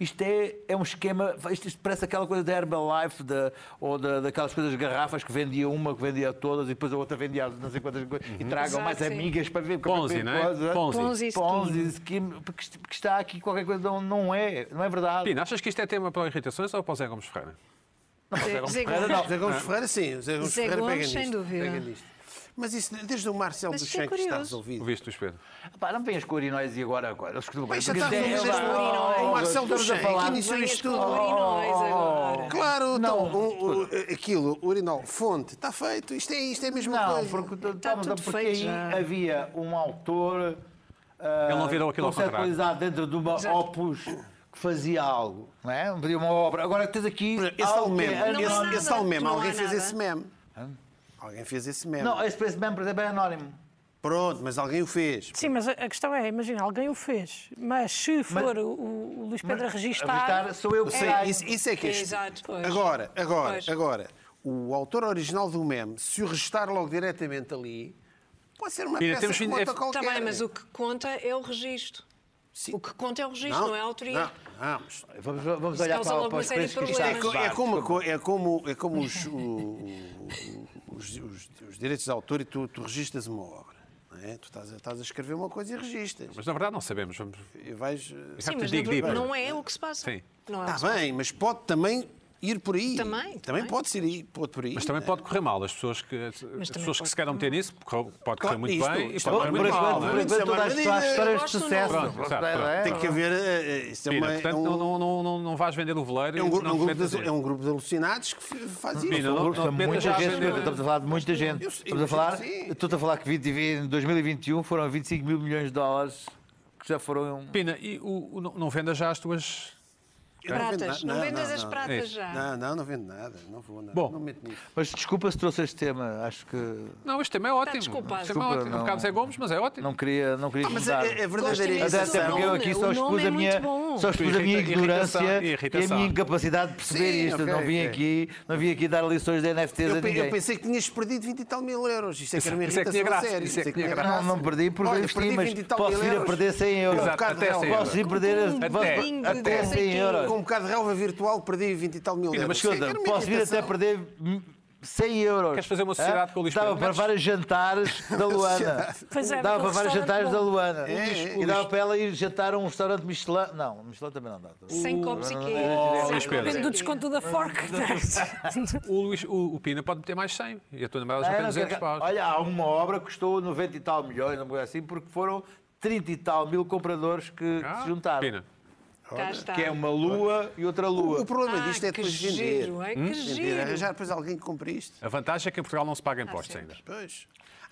Isto é, é um esquema, isto, isto parece aquela coisa da Herbalife da, ou da, daquelas coisas de garrafas que vendia uma, que vendia todas e depois a outra vendia não sei quantas coisas e tragam
Exato,
mais
sim.
amigas para ver como
Uhum. Ponzi,
que
não é? Ponzi.
Ponzi, isso
Ponzi,
tudo.
esquema, porque, isto- porque está aqui qualquer coisa, não, não é, não é verdade.
Pina, achas que isto é tema para o irritações ou para o Zé Gomes Ferreira?
Zé- Zé
Ferreira,
Gomes.
não.
Zé Gomes Ferreira, sim. o Zé Gomes
Zé
Ferreira pega
Gomes, sem
nisto,
dúvida.
pega nisto. Mas isso, desde o Marcelo
Mas
dos
isso é
Santos está
curioso.
resolvido.
Ouviste, Luís Pedro?
Pá, não venhas com urinóis e agora. agora. Desculpa,
Mas já
porque
está
isto é-
resolvido
é-
desde o
é-
urinóis. O Marcelo
estamos
Duchamp,
a
é
falar-
que iniciou
Venhas
isto
com
tudo.
urinóis
oh,
agora.
Claro,
Não.
então, o- o- aquilo, o urinol, fonte, está feito, isto é, isto é a mesma
Não,
coisa.
porque, t-
Está
estamos a-
tudo
porque
feito
aí
já.
havia um autor ah,
Ele não virou aquilo ao contrário.
conceptualizado dentro de uma
Exato.
opus que fazia algo, não é? Um pediu uma obra. Agora tens aqui.
Esse tal
algo que
meme,
é
Não
esse,
há nada,
anónimo.
esse tal meme,
não há
alguém fez
nada.
esse meme. Alguém fez esse meme.
Não, esse preço mesmo, por exemplo, é anónimo.
Pronto, mas alguém o fez.
Sim, mas a, a questão é, imagina, alguém o fez, mas se for o, o Luís Pedro a
Evitar,
registar,
sou eu que
Eu sei,
sei.
isso, isso é que é
É,
estúpido.
exato, pois.
Agora, agora,
Pois.
agora, o autor original do meme, se o restar logo diretamente ali, pode ser uma
Ainda
peça
temos
remota
vindo- é-
qualquer.
Está Tá bem, mas o que conta é o registro. O que conta é o registro, não, é a autoria.
Não, não, mas
Vamos, vamos
Isso
olhar
causa
para,
logo
para
uma
os
série
preços
de
que isto
isto é,
problemas.
co- é
Vá,
como,
desculpa.
co- é como, é como os, o- o- os, os- os direitos de autor e tu, tu registas uma obra. não é? Tu estás a, estás a escrever uma coisa e registas.
Mas na verdade não sabemos. Vamos...
E vais. eh,
Sim,
Have to
mas
dig
na verdade,
deeper.
não é o que se passa.
Sim.
Não é o que se
Está Tá bem, mas pode também ir por aí.
Também, também.
pode ser aí, pode por aí.
Mas também pode correr mal. As pessoas que, as pessoas que
pode
se querem meter nisso, corre- pode correr muito
isto-
bem e
isto é
pode
uma-
correr muito
por
mal.
enquanto-
não é?
por enquanto-
histórias de
Gosto
sucesso. é?
não.
Pronto, exato, pronto.
Tem que haver. eh, eh, Isto é,
Pina,
uma- é
portanto,
um,
não, não, não, não, não vais vender o veleiro.
é um,
e
gru-
não
é um
te
grupo
metas
de,
nisso.
é um grupo de alucinados que f- faz isso.
Pina, não-
São-
não te
Muita
metas já a
gente,
vender-
estamos a falar de muita gente.
Eu-
Estamos a falar,
sim.
estou a falar que vi- vi- em 2021 foram 25 mil milhões de dólares que já foram.
Pina, e o, o- não não venda já as tuas
Eu não vendo
Pratas,
nada.
não vendas as pratas
Isso.
já.
Não, não, não vendo nada. Não vou nada.
Bom.
Não me meto nisso.
Mas desculpa se trouxe este tema, acho que
Não, este tema é ótimo.
Tá desculpado.
Este tema é
Desculpa,
ótimo.
não.
O Carlos é Gomes, mas é ótimo.
não queria, não queria
Ah,
é,
Mas é, a,
mudar.
a verdadeira
Gosto imenso
Até,
edição.
até porque eu aqui
O
só
nome
expus
é
a minha,
muito bom.
só expus a minha
Irrita- irritação,
ignorância e a
irritação.
minha incapacidade de perceber
Sim,
isto.
ok,
não, vim
ok.
aqui, não vim aqui dar lições de NFTs
Eu,
a
pe- eu
ninguém.
pensei que tinhas perdido 20 e tal mil euros. Isto é que era uma
Isso é que
irritação
tinha
a
graça,
sério.
isso é que tinha
Não, não perdi porque
Olha,
eu investi,
perdi
mas
20 e tal
posso
mil
vir a
euros.
perder 100 euros.
Exato,
um bocado
até
de
cem
relva.
euros.
Posso ir perder
Um
bocadinho
posso-
de
até
não sei
100
quê.
euros.
Com um bocado de relva virtual, perdi 20 e tal mil euros.
Mas
Isto é que
escuta,
era uma
posso vir até
irritação.
perder 100 euros.
Queres fazer uma sociedade
Hã?
com o Luís
Dava
Pedro
para
Mendes?
vários jantares da Luana.
Pois é,
dava
porque
para
o
vários
restaurante
jantares
bom.
da Luana.
é,
E dava para ela ir jantar a um restaurante Michelin. Não, Michelin também não dá.
Sem
Uh,
copos e quê?
Luís
Sem
Pedro.
copos e
depende do
quê?
desconto da fork.
O, Luís, o, o Pina pode meter mais 100 e a tua namorada já
Ah,
tem
não
200
quero-
paus.
Olha, há uma obra que custou 90 e tal milhões, uma coisa assim, porque foram 30 e tal mil compradores que
Ah,
se juntaram.
Pina,
Cá está.
Tá.
Que é uma lua e outra lua.
O problema
Ah,
disto é
que
depois vender. Hum?
giro, é que
Vender,
giro.
arranjar depois alguém que compre isto.
a vantagem é que em Portugal não se
Ah,
paga impostos ainda.
Pois.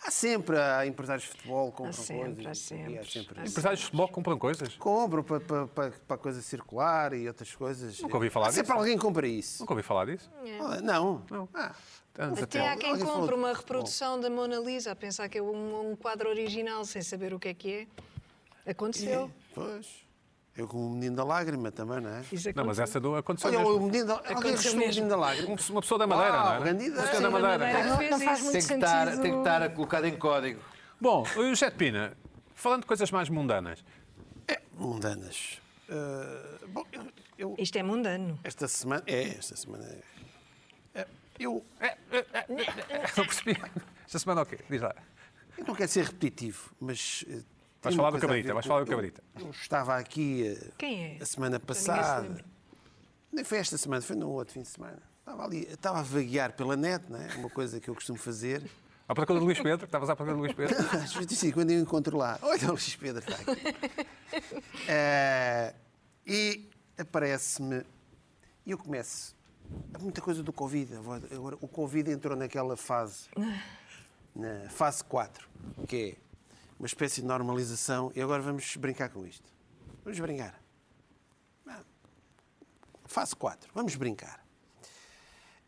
Há sempre há empresários de futebol que compram
sempre,
coisas.
há
não sei o quê,
sempre.
há
Há
sempre.
Empresários de futebol compram coisas.
Compram para, para, para, para coisa circular e outras coisas.
Nunca ouvi falar
há sempre
disso.
alguém que compra isso.
Nunca ouvi falar disso.
Ah, Não. Ah,
Estamos
É. Até
até-
há quem
Alguém falou
compra
de
uma
futebol.
reprodução da Mona Lisa a pensar que é um, um quadro original sem saber o que é que é. Aconteceu.
pois. Eu com o menino da lágrima também, não é?
Isso aconteceu.
Não, mas essa do aconteceu
Olha, o
mesmo.
menino da, alguém
Aconteceu
restou o menino
mesmo.
da lágrima.
Uma pessoa- Uma pessoa da Madeira,
Uau,
não é?
grande ideia.
Uma pessoa da
Sim, da
Madeira.
Madeira.
Não, não faz
é
Tem
muito
Tem que, estar,
sentido.
tem que estar colocado em código.
Bom, o Jet Pina, falando de coisas mais mundanas,
É, Mundanas. Ah, bom, eu, eu-
Isto é mundano.
esta semana. É, esta semana. é. É, eu,
não percebi. Esta semana o quê? Diz lá.
eu não quero ser repetitivo, mas. eh, tem
Vais falar
uma
do
coisa a
Cabrita,
ver
vais
com-
falar do
eu-
Cabrita.
Eu, estava aqui. eh,
Quem é?
A semana passada. Nem foi esta semana, foi no outro fim de semana. Estava ali, estava a vaguear pela net, não é? Uma coisa que eu costumo fazer.
À procura do Luís Pedro, estavas à procura do Luís Pedro.
Às vezes, assim, quando eu encontro lá, olha o Luís Pedro está aqui. Eh, e aparece-me, e eu começo. Há muita coisa do Covid. Agora agora o Covid entrou naquela fase, na fase 4, que é uma espécie de normalização, e agora vamos brincar com isto. Vamos brincar. Ah, Fase 4, vamos brincar.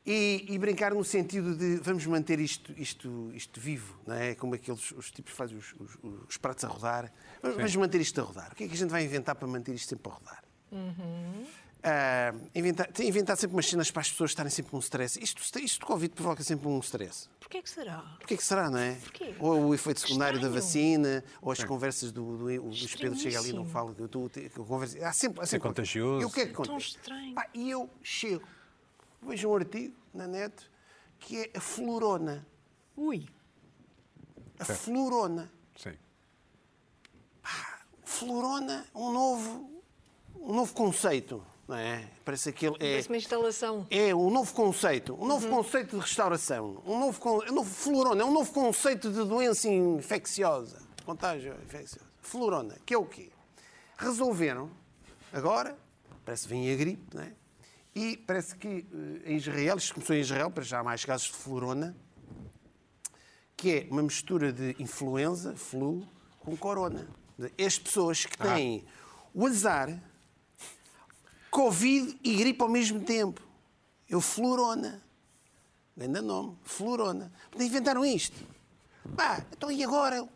E, e brincar no sentido de vamos manter isto, isto, isto vivo, não é? Como aqueles os tipos que fazem os, os- os pratos a rodar. Vamos, vamos manter isto a rodar. O que é que a gente vai inventar para manter isto sempre a rodar? Ah, inventar, tem inventar sempre umas cenas para as pessoas estarem sempre com um stress. Isto, isto do Covid provoca sempre um stress.
Porquê que será?
Porquê que será, não é?
Porquê?
Ou o efeito secundário da
Estranho.
vacina, ou as conversas do, do, o Luís Pedro chega ali e não
Estranhíssimo.
fala. Eu, tu, te- eu converso- há sempre, há sempre
contagioso.
E o que é que
Tão
acontece?
estranho.
Pá, e eu chego, vejo um artigo na net que é a florona.
Ui.
A florona.
Sim.
Florona, um novo, um novo conceito. Não é? Parece aquele. É,
Parece uma instalação.
é um novo conceito, um novo conceito de restauração, um novo, con- um novo florona, é um novo conceito de doença infecciosa, contágio infecciosa. Florona, que é o quê? Resolveram, agora, parece que vem a gripe, não é? E parece que eh, em Israel, isto começou em Israel, para já há mais casos de florona, que é uma mistura de influenza, flu, com corona. As pessoas que têm o azar, Covid e gripe ao mesmo tempo. Eu florona. Ainda nome, florona. Mas inventaram isto. Pá, então e agora?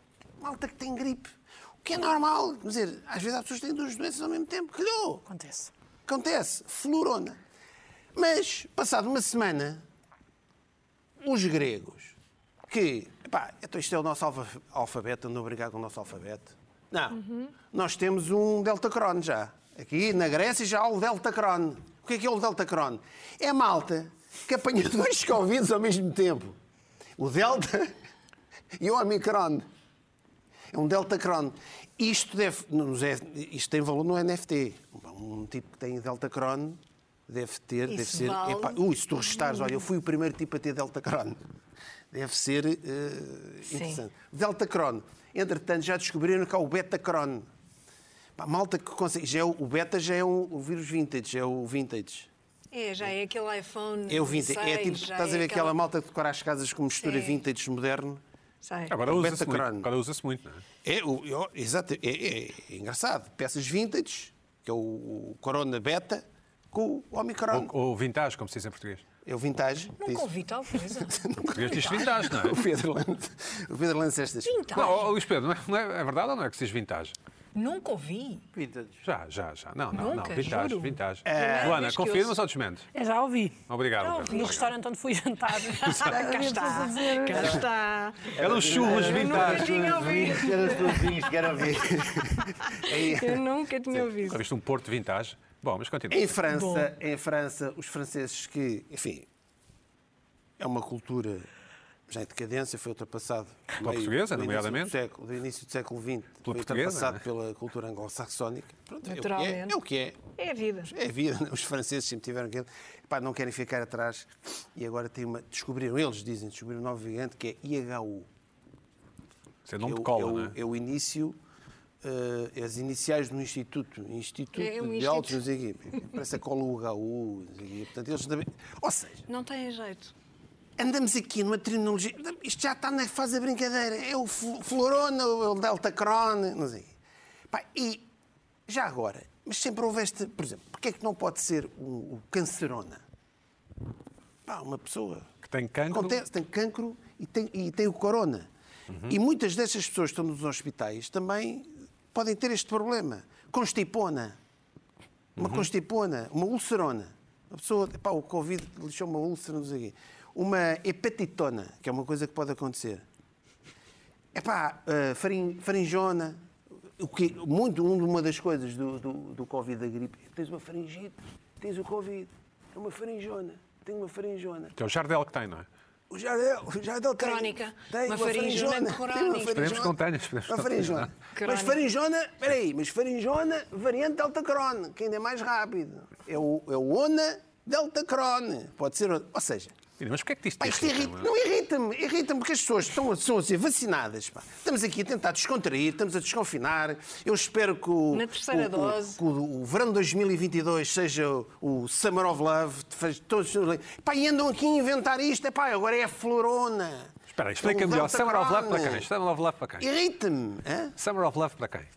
Malta que tem gripe. O que é normal. Quer dizer, às vezes as pessoas têm duas doenças ao mesmo tempo. Calhou!
Acontece.
Acontece, florona. Mas, passado uma semana, os gregos, que, pá, então isto é o nosso alfa- alfabeto, andam a brincar com o nosso alfabeto. Não, nós temos um deltacron já. Aqui na Grécia já há o deltacron. O que é que é o deltacron? É malta que apanha dois Covids ao mesmo tempo. O delta e o omicron. É um deltacron. Isto, deve, nos é- isto tem valor no NFT. Um tipo que tem deltacron deve ter...
Isso
deve ser,
vale.
epá, ui, se tu restares, olha, eu fui o primeiro tipo a ter deltacron. Deve ser eh, interessante. Deltacron. Entretanto, já descobriram que há o betacron. Pá, malta que consegue... Já é o, o beta já é um, o vírus vintage, é o vintage.
É, já é aquele iPhone.
É o vintage. é
6,
tipo,
já
estás a ver
é
aquela malta que decora as casas com mistura
Sim.
vintage moderno.
Sei.
Agora usa-se muito.
Betacron.
Agora usa-se muito, não é?
É, o- eu- exato, é, é- é engraçado. Peças vintage, que é o, o Corona Beta, com o Omicron.
Ou, ou vintage, como se diz em português.
É o vintage.
Nunca ouvi tal coisa.
Português diz vintage, não é?
O Pedro lança, o Pedro lança estas.
Não,
Vintage.
ó, Luís Pedro, não é, não é- é verdade ou não é que se diz vintage?
Nunca ouvi.
Vintage.
Já, já, já. Não, não,
Nunca,
não. Vintage,
juro.
vintage.
É.
Primeira
Joana,
vez que
confirma
ouço.
ou desmente?
Eu já ouvi.
Obrigado.
Já
Pedro.
ouvi no restaurante onde fui jantar.
Tá, Cá está. Cá está.
Eram os churros
Eu nunca
vintage.
tinha ouvido.
Era os teus vinhos que era ver.
Eu nunca tinha ouvido.
Já viste um Porto vintage? Bom, mas continua.
Em França, em França, os franceses que, enfim, é uma cultura já em decadência, foi ultrapassado. meio-
portuguesa,
do início do
nomeadamente?
século- Do início do século XX, foi
portuguesa,
ultrapassado
né?
pela cultura anglo-saxónica. Pronto, é o que é,
Naturalmente.
É o que é.
É a vida.
É a vida, né? os franceses sempre tiveram aquilo. Pá, não querem ficar atrás. E agora tem uma. Descobriram, eles dizem, descobriram um novo gigante que é IHU.
Você não
é,
te
o-
cola,
é o,
não é?
é o início. eh, as iniciais do Instituto, Instituto
É um
de
instituto.
Altos, não sei o quê. Parece a cola UHU, não sei o quê. Portanto, eles também. Ou seja,
Não tem jeito.
andamos aqui numa terminologia. Isto já está na fase da brincadeira. É o fl- Florona, o Deltacron, não sei. Pá, e já agora, mas sempre houve este. Por exemplo, porque é que não pode ser o, o Cancerona? Pá, uma pessoa.
Que tem cancro.
Acontece, tem cancro e tem, e tem o Corona. E muitas dessas pessoas que estão nos hospitais também podem ter este problema. Constipona. Uma constipona, uma ulcerona. A pessoa, pá, o Covid lixou uma úlcera, não sei o quê. Uma hepatitona, que é uma coisa que pode acontecer. É pá, farinjona. O que, muito, um- uma das coisas do, do, do Covid, da gripe, é que tens uma faringite, tens o Covid. É uma farinjona, tem uma farinjona.
Que é o Jardel que tem, não é?
O Jardel, o Jardel tem-
Crónica.
Tem
Uma
uma,
faringona
farinjona.
crónica.
Tem uma
Esperemos que não
faringona.
tenha, esperemos que
Uma
não tenha.
faringona. Mas
Crónica.
farinjona, peraí, mas farinjona, variante deltacron, que ainda é mais rápido. É o, é o ona deltacron. Pode ser, o- ou seja,
Menina, Mas porquê é que isto
pá,
te
isto
irrita,
irrita,
não é?
não irrita-me, irrita-me porque as pessoas estão, a- são a ser vacinadas. pá. Estamos aqui a tentar descontrair, estamos a desconfinar. Eu espero que o,
Na terceira
o- o-
dose.
que o, o verão de 2022 seja o, o Summer of Love. faz Todos, pá, e andam aqui a inventar isto. É, pá, agora é a florona. tá
Espera aí,
um
explica melhor. Summer of Love para é. quem? Summer of Love para quem?
Irrita-me. hã?
Summer of Love para quem?
É.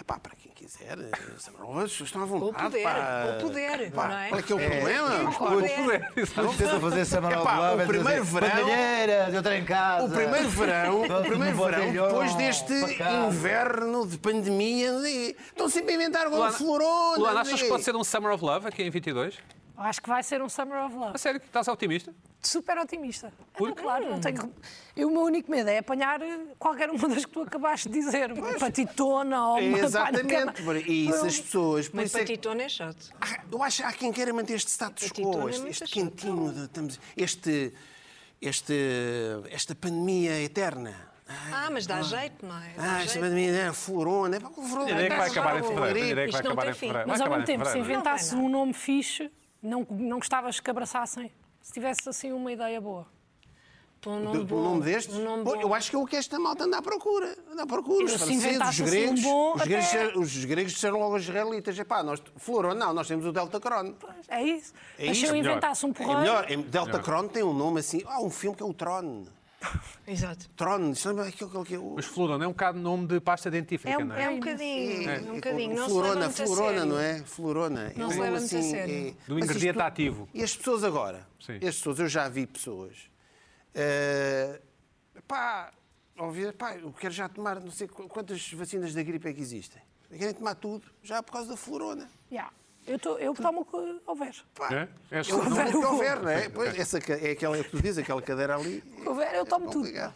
Epá, para quem quiser, eh, Summer of Love, estão à vontade.
Ou poder,
pá.
ou poder,
Pá,
não é?
Qual é que é o problema?
Todos tentam fazer Summer of
Epá, o
Love. é dizer,
primeiro verão-
"Bandalheiras, eu estou em casa.
O primeiro verão, o
Todos
primeiro
no
verão
batalhão,
depois deste
para casa.
inverno de pandemia, e estão sempre a inventar agora
Luana-
florona.
Luana, achas
e-
que pode ser um Summer of Love aqui em 22?
Acho que vai ser um Summer of Love.
A sério, que estás otimista?
super otimista. Então, Claro, não tenho. E o meu único medo é apanhar eh, qualquer uma das que tu acabaste de dizer, uma patitona ou uma
Exatamente.
pá na cama.
E isso
Eu-
as pessoas. Por
Mas
isso é que-
patitona é chato.
Ah, Eu acho que há quem queira manter este status
Atitude
quo,
é
este,
muito
este
chata.
quentinho, de, estamos, este, este, esta pandemia eterna.
Ah, mas dá jeito, não é? Dá
Ah, esta
jeito.
pandemia é furona. É para o furona.
A ideia é que vai acabar em fevereiro. A ideia é que
Isto
vai
não
acabar
tem
em
fim.
fevereiro.
Mas
Vai
ao
acabar
mesmo
em
é
tempo, se
fevereiro.
inventasse
Não vai
um nome fixe, não, não gostavas que abraçassem. Se tivesse assim uma ideia boa.
Põe um
Do-
nome
do
bom.
nome destes?
Um nome
Pô,
bom.
eu acho que é o que esta malta anda à procura. Anda à procura. Os
Se
franceses, os
inventasse assim um
gregos.
bom,
os, gregos
até-
disseram- os gregos disseram logo aos israelitas: epá, nós, Florona, não, nós temos o Delta Cron.
É isso.
É
Mas se
isso,
eu
melhor.
inventasse um
É
porreiro.
melhor, é- Delta Cron tem um nome assim. Há um filme que é o Tron.
Exato.
Tron, isto lembra aquilo aquilo que é o.
Mas Florona é um bocado nome de pasta dentífrica,
É um-
não é?
É um bocadinho, é um bocadinho. Não se leva
Florona,
muito a
florona,
sério.
não é? Florona.
Não
um
se
nome
leva muito a sério.
é-
Do
Mas
ingrediente
isto-
ativo.
E as pessoas agora?
Sim.
As pessoas, eu já vi pessoas. eh, pá, ouvir, pá, eu quero já tomar não sei qu- quantas vacinas da gripe é que existem. Querem tomar tudo, já por causa da florona.
Yeah. Eu, tô, eu tomo o que houver.
Pá,
É? É
um- eu não
super
vou
bom.
houver, não é? Pois, essa, ca- é aquela que tu dizes, aquela cadeira ali.
que houver, eu tomo
é
tudo.
complicado.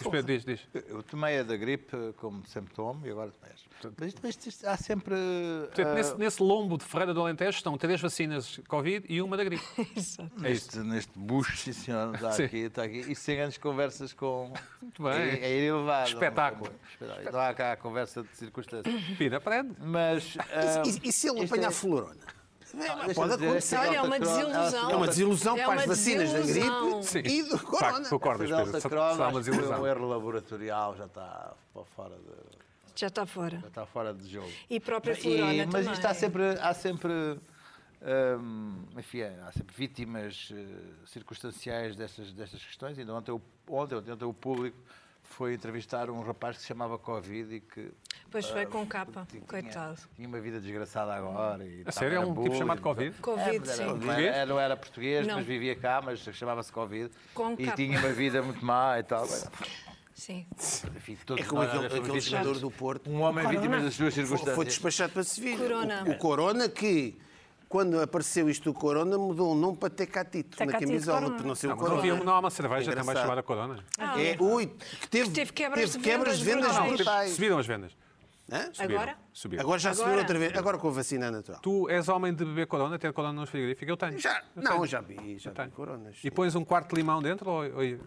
Espera, diz, diz.
Eu- Eu tomei a da gripe, como sempre tomo, e agora tomei esta. Mas isto- isto- isto há sempre.
Portanto,
ah,
nesse, nesse lombo de Ferreira do Alentejo estão três vacinas Covid e uma da gripe. É
Exato.
Neste, neste bucho, sim senhor, está
Sim.
aqui, está aqui. E sem grandes conversas com.
Muito bem.
É, é elevado.
Espetáculo.
Espetáculo. Não há cá a conversa de circunstâncias.
Pina, aprende.
Mas. ah,
E, e- e se ele
isto
apanhar
é-
florona?
deixa-me
Pode
dizer,
acontecer.
esta
Olha, é uma
Delta Crohn, ela-
desilusão.
É uma desilusão
É
para as
uma
vacinas da
desilusão.
gripe e do corona.
Pá, concordas,
esta
Pedro.
Delta
Só-
Crohn,
só dá uma
acho que foi um
desilusão.
erro laboratorial, já está para fora de,
Já está fora.
já está fora de jogo.
E própria
E-
florona
mas
também.
isto há sempre, há sempre, hum, enfim, há sempre vítimas eh, circunstanciais destas, destas questões. Ainda ontem, o- ontem, ontem, ontem o público foi entrevistar um rapaz que se chamava Covid e que eh,
Pois foi com capa,
tinha,
coitado.
tinha uma vida desgraçada agora. E
A sério, é um tipo chamado Covid?
É
Covid,
tá? É, era,
sim.
não, era, não era português,
Não.
mas vivia cá, mas chamava-se Covid.
Com
e
capa.
tinha uma vida muito má e tal.
Sim.
Enfim, todos
É como
Ah,
nós
aquele,
somos
aquele
vítimas-
jogador do Porto.
Um homem vítima das suas
é? Foi, foi
circunstâncias.
despachado para Sevilha.
Corona.
O, o Corona que, quando apareceu isto do Corona, mudou o nome para Tecatito, na
Tecatito
camisola,
Corona.
porque não sei
Não,
o
mas não,
Corona.
havia, não há uma cerveja
É
também
engraçado.
chamada Corona.
É, ui, que teve,
Ah. teve quebras
teve
de
quebras de vendas
vendas brutais.
brutais.
tipo, Subiram as vendas.
Hã?
Subiram,
Agora?
Subiram.
Agora já subiu
Agora?
outra vez, agora com a vacina natural.
Tu és homem de beber corona, ter corona nos frigoríficos? Eu tenho.
Já,
Eu
não,
tenho.
já vi, já vi
tenho.
Coronas.
E pões um quarto de limão dentro? Ou, ou-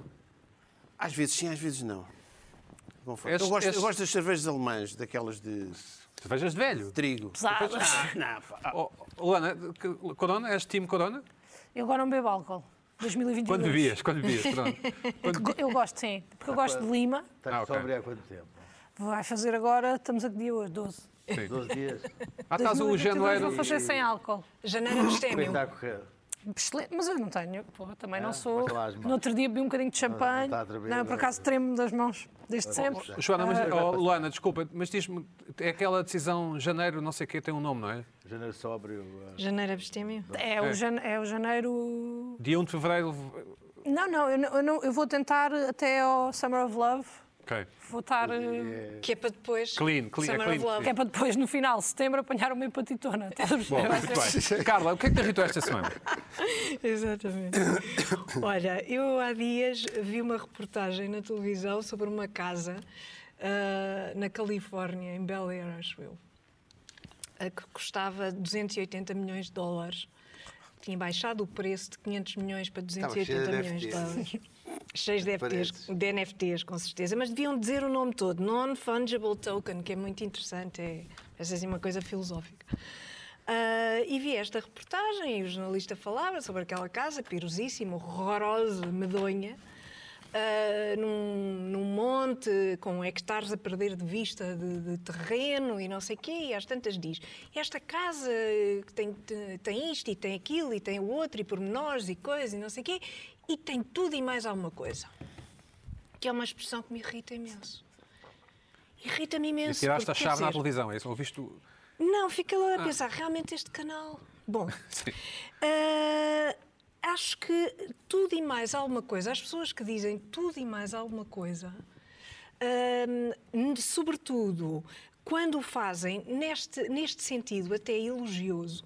Às vezes sim, às vezes não. Confesso.
Este-
eu, gosto,
este-
eu gosto das cervejas alemãs, daquelas de
Cervejas de velho.
trigo.
Pesadas.
Ah, não, pá.
Oh, Luana, que- corona? És time corona?
Eu agora não bebo álcool. 2022.
Quando bebias, quando bebias, pronto. Quando-
Eu gosto, sim. Porque eu gosto de Lima.
Está
Ah, ok.
sobre há quanto tempo?
Vai fazer agora, estamos a que dia hoje? 12.
12 dias. é
Ah, estás o
2022
janeiro.
Vou fazer sem álcool.
Janeiro abstêmio.
Está a correr.
Excelente, mas eu não tenho. Pô, também não
Ah,
sou.
mas lá as mãos.
No outro dia bebi um bocadinho de champanhe.
está outra vez,
Não, por acaso tremo das mãos, desde sempre.
Joana, mas, oh, Luana, desculpa, mas diz-me, é aquela decisão janeiro, não sei o quê, tem um nome, não é?
Janeiro sóbrio. eh,
Janeiro abstêmio.
É o, jane- é o janeiro.
Dia 1 de fevereiro.
Não, não eu, não- eu não- eu vou tentar até ao Summer of Love.
Ok.
Vou estar. eh,
Que é para depois.
Clean, clean, é
Summer
clean.
of Love.
Que é para depois, no final, setembro, apanhar uma hepatitona. Estás a
Bom,
perceber? Vai
muito
ser-
bem. Carla, o que é que te irritou esta semana?
Exatamente. Olha, eu há dias vi uma reportagem na televisão sobre uma casa ah, na Califórnia, em Bel Air, acho eu, ah, que custava 280 milhões de dólares. Tinha baixado o preço de 500 milhões
Tá,
para
Estava
280
cheia de
milhões de
NFTs.
dólares. Cheios de NFTs,
Parece.
de NFTs, com certeza. Mas deviam dizer o nome todo. Non-Fungible Token, que é muito interessante. É, parece assim uma coisa filosófica. Ah, e vi esta reportagem e o jornalista falava sobre aquela casa pirosíssima, horrorosa, medonha, ah, num, num monte, com hectares a perder de vista de, de terreno e não sei o quê. E às tantas diz: esta casa que tem, tem- tem isto e tem aquilo e tem o outro e pormenores e coisas e não sei o quê, e tem tudo e mais alguma coisa que é uma expressão que me irrita imenso. Irrita-me
E
imenso.
tiraste a
porque, quer
chave Ah. na
dizer,
televisão, é isso? Ouviste o-
Não, fica lá a pensar, realmente este canal. Bom, ah, acho que tudo e mais alguma coisa, as pessoas que dizem tudo e mais alguma coisa, ah, sobretudo quando o fazem neste, neste sentido até elogioso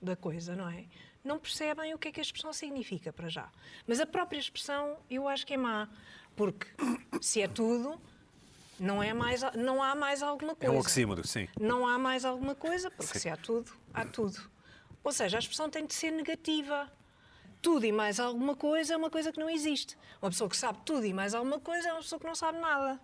da coisa, não é? Não percebem o que é que a expressão significa para já. Mas a própria expressão eu acho que é má, porque se é tudo, não, é mais, não há mais alguma
É
coisa
um oxímodo, sim.
não há mais alguma coisa, porque se há tudo, há tudo. Ou seja, a expressão tem de ser negativa. tudo e mais alguma coisa é uma coisa que não existe. Uma pessoa que sabe tudo e mais alguma coisa é uma pessoa que não sabe nada.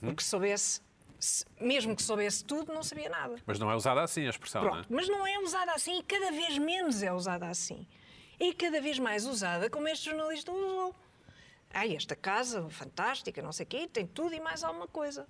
Porque se soubesse, se- mesmo que soubesse tudo, não sabia nada.
Mas não é usada assim a expressão, não é?
Pronto, mas não é usada assim e cada vez menos é usada assim. É cada vez mais usada como este jornalista usou. Ai, esta casa fantástica, não sei o quê, tem tudo e mais alguma coisa.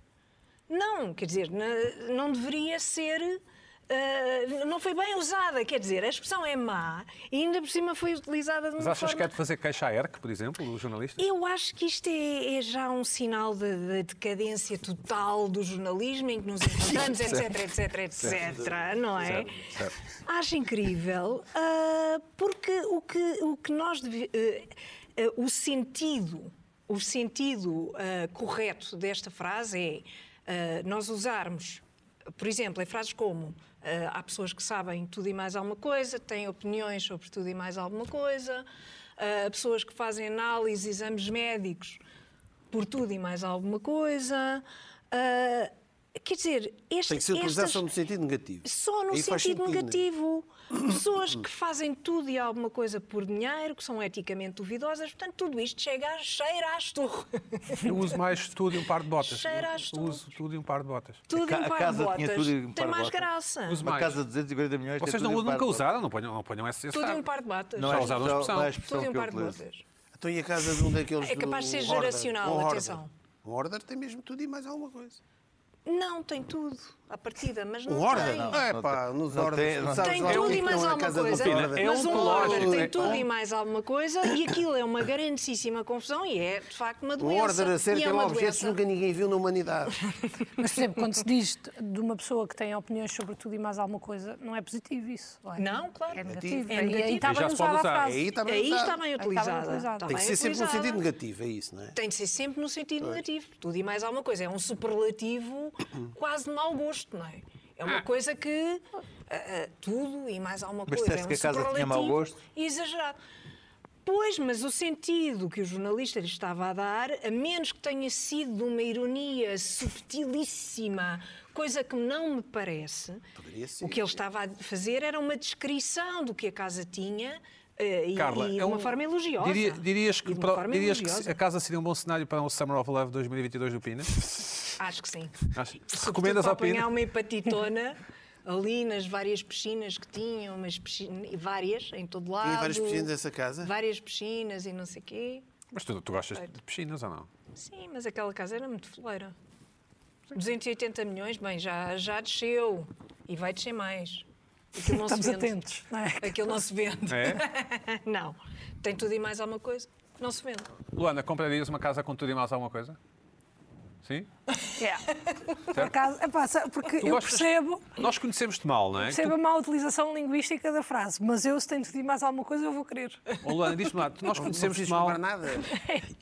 Não, quer dizer, na- não deveria ser. ah, não foi bem usada, quer dizer, a expressão é má e ainda por cima foi utilizada de uma
Mas achas que
forma
é de fazer queixa à ERC, por exemplo, do jornalista?
eu acho que isto é, é já um sinal da da decadência total do jornalismo em que nos encontramos, etc, etc, etc. Não é? Acho incrível, ah, porque o que, o que nós. deve- eh, eh, o sentido, o sentido ah, correto desta frase é ah, nós usarmos por exemplo, em frases como eh, há pessoas que sabem tudo e mais alguma coisa, têm opiniões sobre tudo e mais alguma coisa, eh, pessoas que fazem análise, exames médicos por tudo e mais alguma coisa. eh, quer dizer, este,
Tem que ser utilizado
estas-
só no sentido negativo.
só no
Aí faz
sentido
não é?
negativo. Pessoas que fazem tudo e alguma coisa por dinheiro, que são eticamente duvidosas, portanto, tudo isto chega a cheira a estorro.
Eu uso mais tudo e um par de botas.
Cheira às
Eu Uso tudo e um par de botas.
Tudo
ca-
em
a
par de
casa tinha
botas.
tudo em par
Tem
de
mais
botas.
graça.
Uso
Uma
mais.
casa de 250 milhões tem
Vocês
é tudo
não,
em
nunca
par de botas.
usaram, não ponham, não ponham esse, esse
Tudo em um
saco.
par de botas.
Não é
Só usaram a
expressão, não é
expressão.
Tudo em
expressão
um
que eu
par de
utilizo.
botas.
Então e a casa de um daqueles.
É capaz de
do
ser
Order?
geracional,
Um Order.
atenção.
Um order tem mesmo tudo e mais alguma coisa.
Não, tem tudo à partida, mas não
Um order?
tem.
Não, é pá, nos
Não
orders.
tem- não
tu sabes
Tem
lá o que
tudo
é
e
que
mais
estão na
alguma
casa do
coisa.
Pina,
order.
é
mas um
ontológico,
order
é-
tem tudo
um-
e mais alguma coisa e aquilo é uma grandíssima confusão e é, de facto, uma doença.
Um order a ser
e
que
é
lá
uma
objetos
doença.
nunca ninguém viu na humanidade.
Mas, por exemplo, quando se diz de uma pessoa que tem opiniões sobre tudo e mais alguma coisa, não é positivo isso. é?
Não, claro.
É negativo.
É negativo.
E aí está
E já
bem
se pode
usada a
usar. É
frase.
Aí está bem.
Aí está
usado.
bem
bem
utilizada.
utilizada.
está
Tem que
bem
ser sempre no
utilizada.
sentido negativo, é isso, não é?
Tem de ser sempre no sentido negativo. Tudo e mais alguma coisa. É um superlativo quase de mau gosto, não é? É uma coisa que. ah, ah, tudo e mais alguma
Mas
coisa. É
disseste
um
que a casa tinha mau
superlativo
gosto?
e Exagerado. Pois, mas o sentido que o jornalista lhe estava a dar, a menos que tenha sido uma ironia subtilíssima, coisa que não me parece,
Poderia ser.
o que ele estava a fazer era uma descrição do que a casa tinha. eh, e,
Carla,
e de
é
uma
um-
forma elogiosa.
Diria- dirias
E
que,
de uma
pro-
forma
dirias que
elogiosa.
a casa seria um bom cenário para um Summer of Love 2022 do Pina?
Acho que sim.
Acho-
Sobretudo
Recomendas
para
ao Pina?
apanhar uma hepatitona ali nas várias piscinas que tinham, umas piscinas, e várias em todo lado.
várias piscinas dessa casa?
Várias piscinas e não sei quê.
Mas tu, tu gostas de piscinas ou não?
Sim, mas aquela casa era muito foleira. 280 milhões, bem, já, já desceu e vai descer mais. Aquilo não
Estamos
se vende.
atentos. Não é?
Aquilo não se vende.
É?
Não. Tem tudo e mais alguma coisa? Não se vende.
Luana, comprarias uma casa com tudo e mais alguma coisa? Sim?
Por acaso, epá, sabe, porque
Tu
eu
gostas- Então-
percebo,
Nós conhecemos-te mal, não é?
percebo a má utilização linguística da frase, mas eu, se tenho tudo e mais alguma coisa, eu vou querer.
Tu, oh, Luana, diz-me lá, tu- nós
Não precisas
conhecemos-te mal.
comprar nada.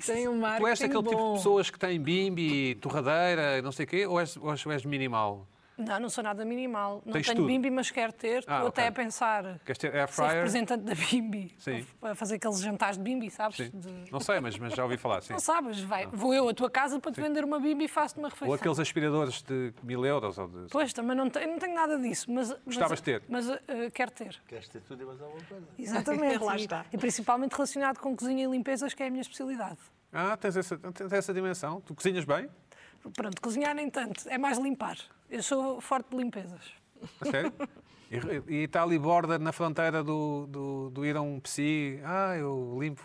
Tem um marketing
Tu és daquele
bom.
tipo de pessoas que têm bimbi, torradeira, e não sei o quê, ou és, ou és- ou és minimal?
Não, não sou nada minimal. Não
Tens
tenho
tudo.
bimbi, mas quero ter. Estou
Ah, ok.
até a pensar
Queres ter air
ser
fryer?
representante da bimbi.
Sim.
Para fazer aqueles jantares de bimbi, sabes?
Sim.
De-
Não sei, mas, mas já ouvi falar, sim.
Não sabes, vai, vou eu à tua casa para te vender uma bimbi e faço-te uma refeição.
Ou aqueles aspiradores de mil euros. Ou de...
Pois, também não tenho, não tenho nada disso. Mas,
Gostavas
mas,
de ter?
Mas eh, quero ter.
Queres ter tudo e mais alguma coisa?
Exatamente.
Lá
E-
está.
E, principalmente relacionado com cozinha e limpezas, que é a minha especialidade.
Ah, tens essa, tens essa dimensão. Tu cozinhas bem?
Pronto, cozinhar nem tanto, é mais limpar. Eu sou forte de limpezas.
A sério? E, e está ali borda na fronteira do, do, do ir a um psi. Ah, eu limpo.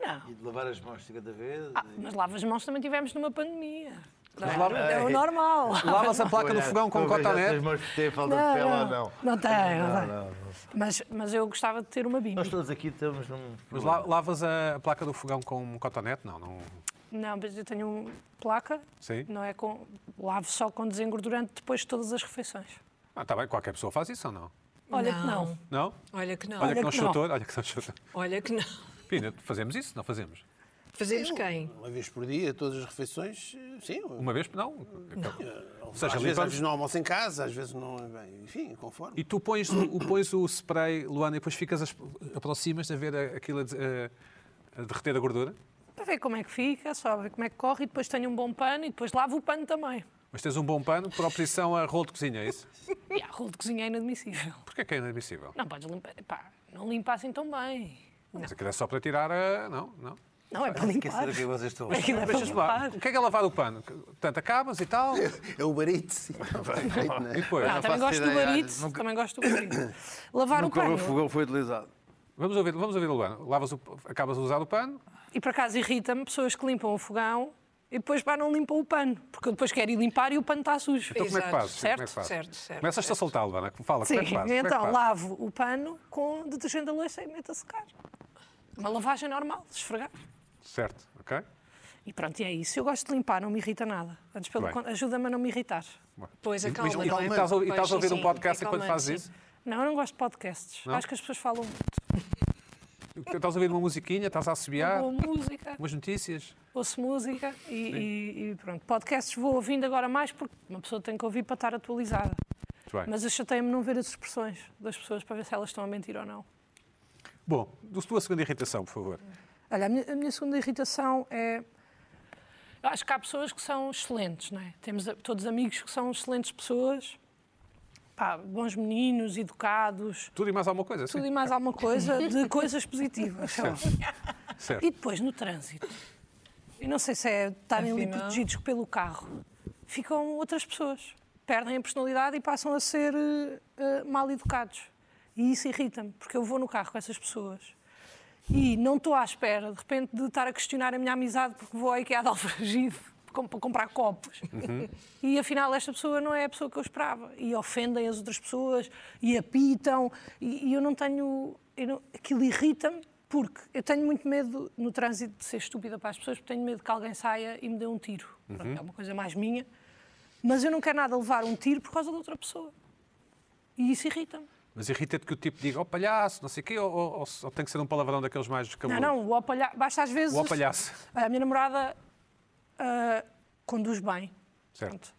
Não.
E de lavar as mãos 50 vezes?
Mas lava as mãos também tivemos numa pandemia. Não
Mas
é?
lava-
É o normal.
Lavas a placa do fogão com um
As
cotonete.
mãos têm falta de pele ou não?
Não tem, não tem.
Não, não,
Mas, mas eu gostava de ter uma bimbi.
Nós todos aqui estamos num.
Mas la- lavas a a placa do fogão com um cotonete? Não, não.
Não, mas eu tenho um placa,
Sim.
não é com. Lavo só com desengordurante depois de todas as refeições.
Ah, tá bem, qualquer pessoa faz isso ou não?
Olha que
Não.
não.
Não?
Olha que não.
Olha,
Olha,
que não
que não.
chutou, olha que não chutou.
que não.
Pina, fazemos isso? Não fazemos.
Fazemos quem?
Uma vez por dia, todas as refeições, sim.
Uma vez? Não.
Ou
seja,
às, vezes,
limpamos-
às vezes não almoço em casa, às vezes não. Bem, enfim, conforme.
E tu pões o, o- pões o spray, Luana, e depois ficas, as- aproximas-te a ver a- aquilo a, des- a- a derreter a gordura?
Para ver como é que fica, só ver como é que corre e depois tenho um bom pano e depois lavo o pano também.
Mas tens um bom pano por oposição a rolo de cozinha, é isso?
E a rolo de cozinha é inadmissível.
Porquê que é inadmissível?
Não podes limpar. Pá, não limpa assim tão bem.
Mas aquilo é só para tirar a. Não, não.
Não, é para limpar.
Esquecer o que vocês estão.
Aquilo é para
Deixa-se lá.
limpar.
O que é que é lavar o pano? Portanto, acabas e tal. E
É o barite. não é?
depois.
Não,
faço
também gosto do
ideia,
barito.
nunca-
Também gosto do barito. Lavar o
Nunca o
pano.
meu fogão foi utilizado.
Vamos ouvir, vamos ouvir o Luano. Lavas o, acabas de usar o pano.
E por acaso irrita-me pessoas que limpam o fogão e depois pá, não limpam o pano, porque eu depois quero ir limpar e o pano está sujo.
Então como é que
Exato.
fazes? Como é que
Certo,
fazes?
certo, certo,
Começas-te a
certo.
soltar, Luana. Fala,
Sim,
como é que fazes?
então
como é que fazes?
lavo o pano com detergente da louça e meto a secar. Uma lavagem normal, esfregar.
Certo, ok?
E pronto, e é isso. Eu gosto de limpar, não me irrita nada. Antes, pelo
Bem.
contrário, ajuda-me a não me irritar.
Pois
E-
acalma.
e- e- E estás a- e estás a ouvir um podcast enquanto fazes isso?
Não, eu não gosto de podcasts. Acho que as pessoas falam muito.
Estás a ouvir uma musiquinha, estás a assobiar,
Boa música,
umas notícias.
ouço música e, e- e pronto. Podcasts vou ouvindo agora mais porque uma pessoa tem que ouvir para estar atualizada.
Muito bem.
Mas eu chateia-me não ver as expressões das pessoas para ver se elas estão a mentir ou não.
Bom, do- tua segunda irritação, por favor.
Olha, a minha, a minha segunda irritação é. Eu acho que há pessoas que são excelentes, não é? Temos a- todos amigos que são excelentes pessoas, pá, bons meninos, educados,
Tudo e mais alguma coisa, sim.
tudo e mais alguma coisa, de coisas positivas. sei lá.
Certo.
E depois no trânsito. Eu não sei se é estarem ali
Afinal.
protegidos pelo carro. Ficam outras pessoas. Perdem a personalidade e passam a ser eh, eh, mal educados. E isso irrita-me, porque eu vou no carro com essas pessoas e não estou à espera, de repente, de estar a questionar a minha amizade porque vou à IKEA de Alfragido com- para comprar copos. E afinal, esta pessoa não é a pessoa que eu esperava. E ofendem as outras pessoas, e apitam, e, e eu não tenho. eu não- aquilo irrita-me porque eu tenho muito medo no trânsito de ser estúpida para as pessoas, porque tenho medo que alguém saia e me dê um tiro. Pronto,
Uhum.
É uma coisa mais minha. Mas eu não quero nada levar um tiro por causa de outra pessoa. E isso irrita-me.
Mas irrita-te que o tipo diga, ó palhaço, não sei o quê, ou, ou- ou- ou tem que ser um palavrão daqueles mais
Não,
escamosos?
não, o ao palha- basta às vezes.
O ao palhaço.
A minha namorada ah, conduz bem.
Certo.
Pronto.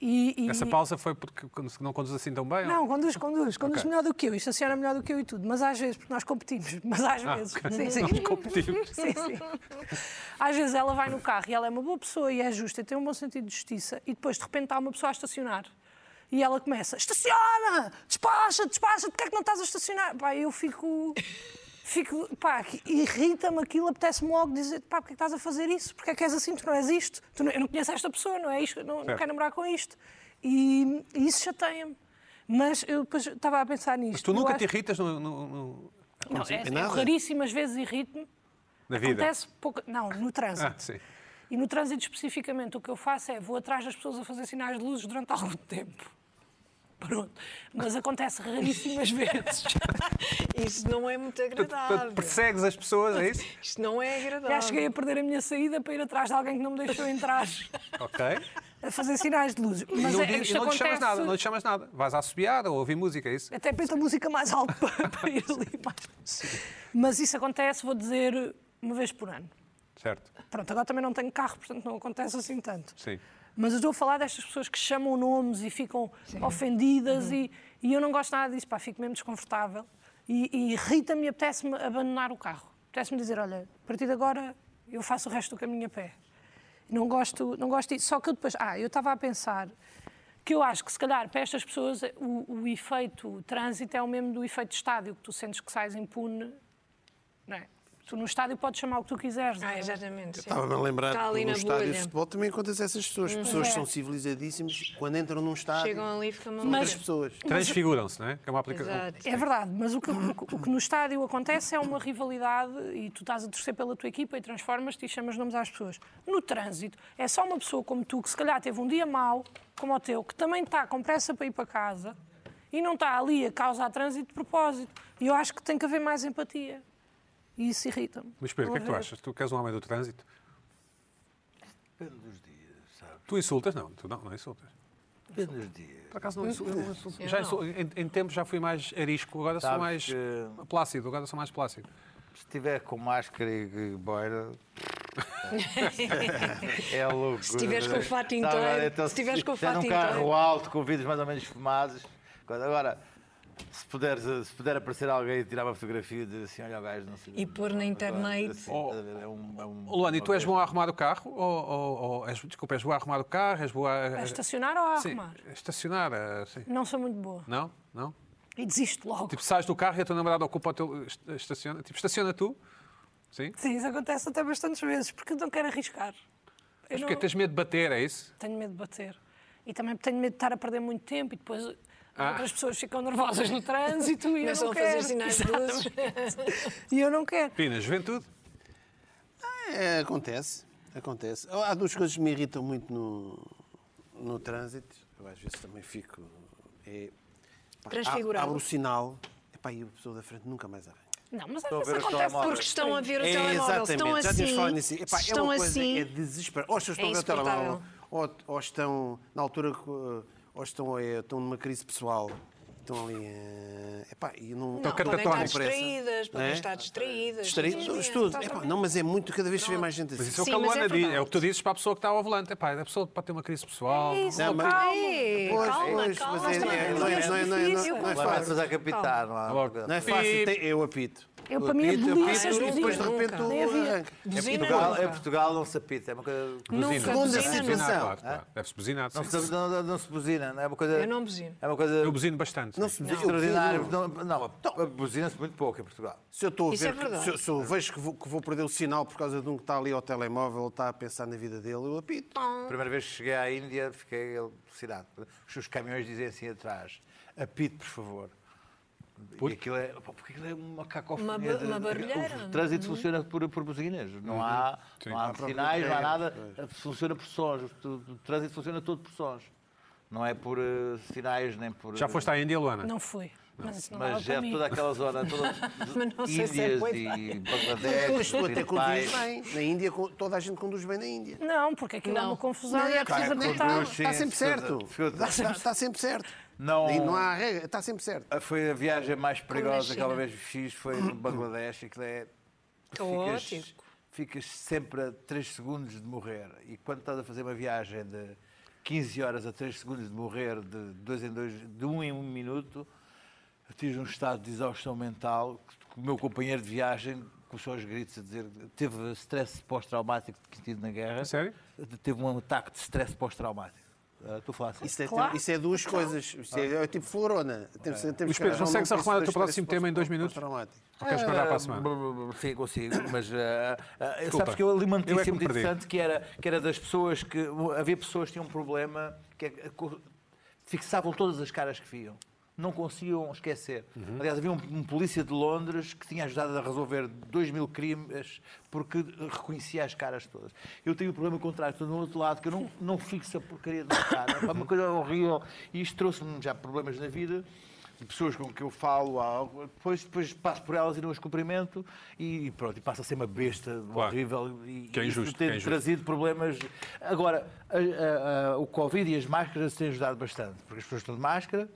E, e-
Essa pausa foi porque quando se não conduz assim tão bem? ou-
Não, conduz, conduz, conduz
Ok.
melhor do que eu, e estaciona é melhor do que eu e tudo, mas às vezes, porque nós competimos, mas às
Ah,
vezes.
ok.
Sim, sim.
Nós competimos.
Sim, sim. Às vezes ela vai no carro e ela é uma boa pessoa e é justa e tem um bom sentido de justiça e depois de repente há uma pessoa a estacionar e ela começa, estaciona, despacha, despacha, porque é que não estás a estacionar? Pá, eu fico... Fico, pá, que- irrita-me aquilo, apetece-me logo dizer, pá, porque é que estás a fazer isso? Porque é que és assim? Tu não és isto? Tu não- eu não conheço esta pessoa, não é isto? Eu Não, não
Certo.
quero namorar com isto. E, e isso chateia-me. Mas eu depois estava a pensar nisto.
Mas tu
Eu
nunca
acho-
te irritas no- no- no-
Não, é,
Em
é
nada?
raríssimas vezes irrito-me.
na vida?
Acontece pouco. Não, no trânsito.
Ah, sim.
E no trânsito especificamente, o que eu faço é vou atrás das pessoas a fazer sinais de luzes durante algum tempo. Pronto. Mas acontece raríssimas vezes.
Isso não é muito
Ah,
agradável.
Portanto, persegues as pessoas, é isso?
Isto não é agradável.
Já cheguei a perder a minha saída para ir atrás de alguém que não me deixou entrar
ok.
a fazer sinais de luzes. Mas
não,
é,
di-
isto
não te chamas
acontece-
nada, não te chamas nada. Vais a assobiar ou ouvir música, é isso?
Até pento a música mais alto para, para ir ali mais. Mas isso acontece, vou dizer, uma vez por ano.
Certo,
Pronto, agora também não tenho carro, portanto não acontece assim tanto.
sim.
Mas eu estou a falar destas pessoas que chamam nomes e ficam ofendidas e, e eu não gosto nada disso, pá, fico mesmo desconfortável. E, e irrita-me e apetece-me abandonar o carro. Apetece-me dizer, olha, a partir de agora eu faço o resto do caminho a pé. Não gosto, não gosto disso. Só que eu depois, ah, eu estava a pensar que eu acho que se calhar para estas pessoas o, o efeito trânsito é o mesmo do efeito estádio, que tu sentes que sais impune, não é? Tu no estádio podes chamar o que tu quiseres. não
Ah,
é?
exatamente. sim.
Estava-me a
Está
lembrar
ali
que no
na né?
estádio de
bolha.
futebol também acontece essas pessoas. As pessoas são civilizadíssimas quando entram num estádio.
É. Chegam ali e ficam
são
Mas-
outras pessoas.
Transfiguram-se, não é? Que é uma aplicação.
Exato.
É verdade, mas o que, o que- o que no estádio acontece é uma rivalidade e tu estás a torcer pela tua equipa e transformas-te e chamas nomes às pessoas. No trânsito, é só uma pessoa como tu, que se calhar teve um dia mau, como o teu, que também está com pressa para ir para casa e não está ali a causar trânsito de propósito. E eu acho que tem que haver mais empatia. E isso irrita-me.
Mas Pedro, o que é que tu
Não haver-
achas? Tu que és um homem do trânsito?
Depende dos dias, sabe?
Tu insultas? Não, tu não, não insultas.
Depende dos dias.
Por acaso não insulto. eu não insulto. Já
não.
insul- em, em tempo já fui mais arisco, agora sou
Sabes
mais
que-
plácido, agora sou mais plácido.
Se estiver com máscara e boira. é louco.
Se tiveres com o fato inteiro, se tiveres com o fato
um carro
inteiro.
alto, com vidros mais ou menos fumados. Coisa. Agora, se puder, se puder aparecer alguém e tirar uma fotografia e dizer assim: olha o gajo, não sei.
E pôr na internet.
Assim,
Oh.
estás a ver, é um, é um-
Ô, Luana, e tu
uma
és bom a arrumar o carro? Ou, ou- ou és, desculpa, és boa a arrumar o carro? És boa a,
A estacionar ou a
Sim,
arrumar?
a estacionar, a- sim.
Não sou muito boa.
Não? Não?
E desisto logo.
Tipo, sais do carro e a tua namorada ocupa o teu. est- Estaciona, tipo, estaciona tu. Sim?
Sim, isso acontece até bastantes vezes, porque eu não quero arriscar. Eu
Mas porque
não-
tens medo de bater, é isso?
Tenho medo de bater. E também tenho medo de estar a perder muito tempo e depois as
Ah.
outras pessoas ficam nervosas no trânsito e eu
Começam
não
a fazer
quero.
sinais de luzes.
E eu não quero.
Pina, juventude.
É, acontece, acontece. Há há duas coisas que me irritam muito no, no trânsito. Eu às vezes também fico. É, pá,
Transfigurado.
Abro o sinal epá, e a pessoa da frente nunca mais arranca.
Não, mas às
a
vezes
ver os
acontece
telemóveis.
porque
Porque estão a ver o
É,
telemóvel. Se Estão
já tínhamos falado nisso.
assim.
Epá,
se
é
Estão
uma coisa, é
assim.
desesperado. Ou estão
é
a ver o
insuportável.
telemóvel, ou, ou estão na altura, que, uh, ou estão, é, estão numa crise pessoal. Estão ali. eh, Epá, e não.
Não, podem estar
catatónico.
distraídas, podem
É?
estar distraídas.
Distraído,
Sim,
estudo.
tá
Epá,
bem.
não, mas é muito, cada vez se vê mais gente assim.
Mas isso é o
Sim,
que a
mas é
Luana diz.
verdade.
É o que tu dizes para a pessoa que está ao volante. Epá, a pessoa pode ter uma crise pessoal.
É isso,
Não, mas-
calma.
Ei,
Pois,
calma,
pois,
calma.
mas é-
Também
é-
tem
não é-
dias
não é- não é- não é-
difíceis.
não é
Lá
fácil.
vai-te a captar, não há.
Logo.
Não é fácil,
Pip.
tem- eu apito.
Eu, para mim, é
apito,
belice
apito,
as
e depois de
buzinas.
repente tu
Nem havia.
arranca.
É
Buzina
Portugal, é
nunca.
Portugal não se apita, é uma coisa.
Nunca.
Buzina.
Segunda
Buzina,
situação.
Claro, claro. Deve-se buzinar.
Não,
sim.
se- não, não, não se buzina, não é uma coisa.
Eu não buzino.
É uma coisa
Eu buzino bastante.
Não se
sim.
vê.
extraordinária.
Eu-
Não, não a- buzina-se muito pouco em Portugal.
Se eu estou a
Isso é
ver, que-
verdade.
se, eu, se eu vejo que vou, que vou perder o sinal por causa de um que está ali ao telemóvel, ou está a pensar na vida dele, eu apito.
A primeira vez que cheguei à Índia, fiquei alucinado. Os os caminhões dizem assim atrás: apite, por favor. E aquilo é, pá, porque aquilo é uma cacofonia.
Uma ba-
de-
uma barulheira. é?
O trânsito funciona por, por buzinas.
Uhum.
Não há, não há sinais, não há nada. Funciona por sons. O, o trânsito funciona todo por sons. Não é por eh, sinais nem por.
Já foste à Índia, Luana?
Não fui. Mas isso não dava
Mas
para
é
mim.
toda aquela zona, todas
não sei se é
Índias
boa
e
Mas
Bangladesh,
tu até conduzes bem.
Filipais.
Na Índia, co- toda a gente conduz bem na Índia.
Não, porque aquilo é
Não.
uma confusão
Não,
e é
é claro,
preciso
é
apontar.
Sim,
Está sempre
escuta,
certo.
escuta.
Está, está- está sempre certo.
Não-
E eh, não há regra, está sempre certo.
Foi a viagem mais perigosa
na
que alguma
China.
vez fiz, foi no Bangladesh, aquilo é...
Caótico.
Ficas, ficas sempre a 3 segundos de morrer. E quando estás a fazer uma viagem de 15 horas a 3 segundos de morrer, de 2 em 2, de 1 um em 1 um minuto, atinges um estado de exaustão mental que o meu companheiro de viagem começou aos gritos a dizer teve stress pós-traumático que tive na guerra.
Sério?
Teve um ataque de stress pós-traumático. Ah, Estou a falar assim.
Isso é,
Claro.
isso é duas coisas. Isso é, é tipo florona. Temos, temos
Luís
arranjar
Pedro,
um
consegues
nome para
arrumar o
esses
teu
dois,
próximo
três
tema em dois
pós-
minutos?
pós-traumático.
Ou queres guardar para a
Ah,
semana?
br- br- br- Sim, consigo, mas ah, ah,
Desculpa.
sabes que eu alimentei
Eu é que
sempre
me perdi.
interessante que era, que era das pessoas que. Havia pessoas que tinham um problema que é que co- fixavam todas as caras que viam. Não conseguiam esquecer. Aliás, havia um, um polícia de Londres que tinha ajudado a resolver 2 mil crimes porque reconhecia as caras todas. Eu tenho o problema contrário, estou no outro lado, que eu não, não fixo a porcaria da cara. É uma coisa horrível. E isto trouxe-me já problemas na vida de pessoas com que eu falo, há- depois, depois passo por elas e não as cumprimento e pronto, e passa a ser uma besta horrível e,
Que é
e isso
injusto,
tem
que é injusto.
trazido problemas. Agora, a- a- a- o Covid e as máscaras têm ajudado bastante, porque as pessoas estão de máscara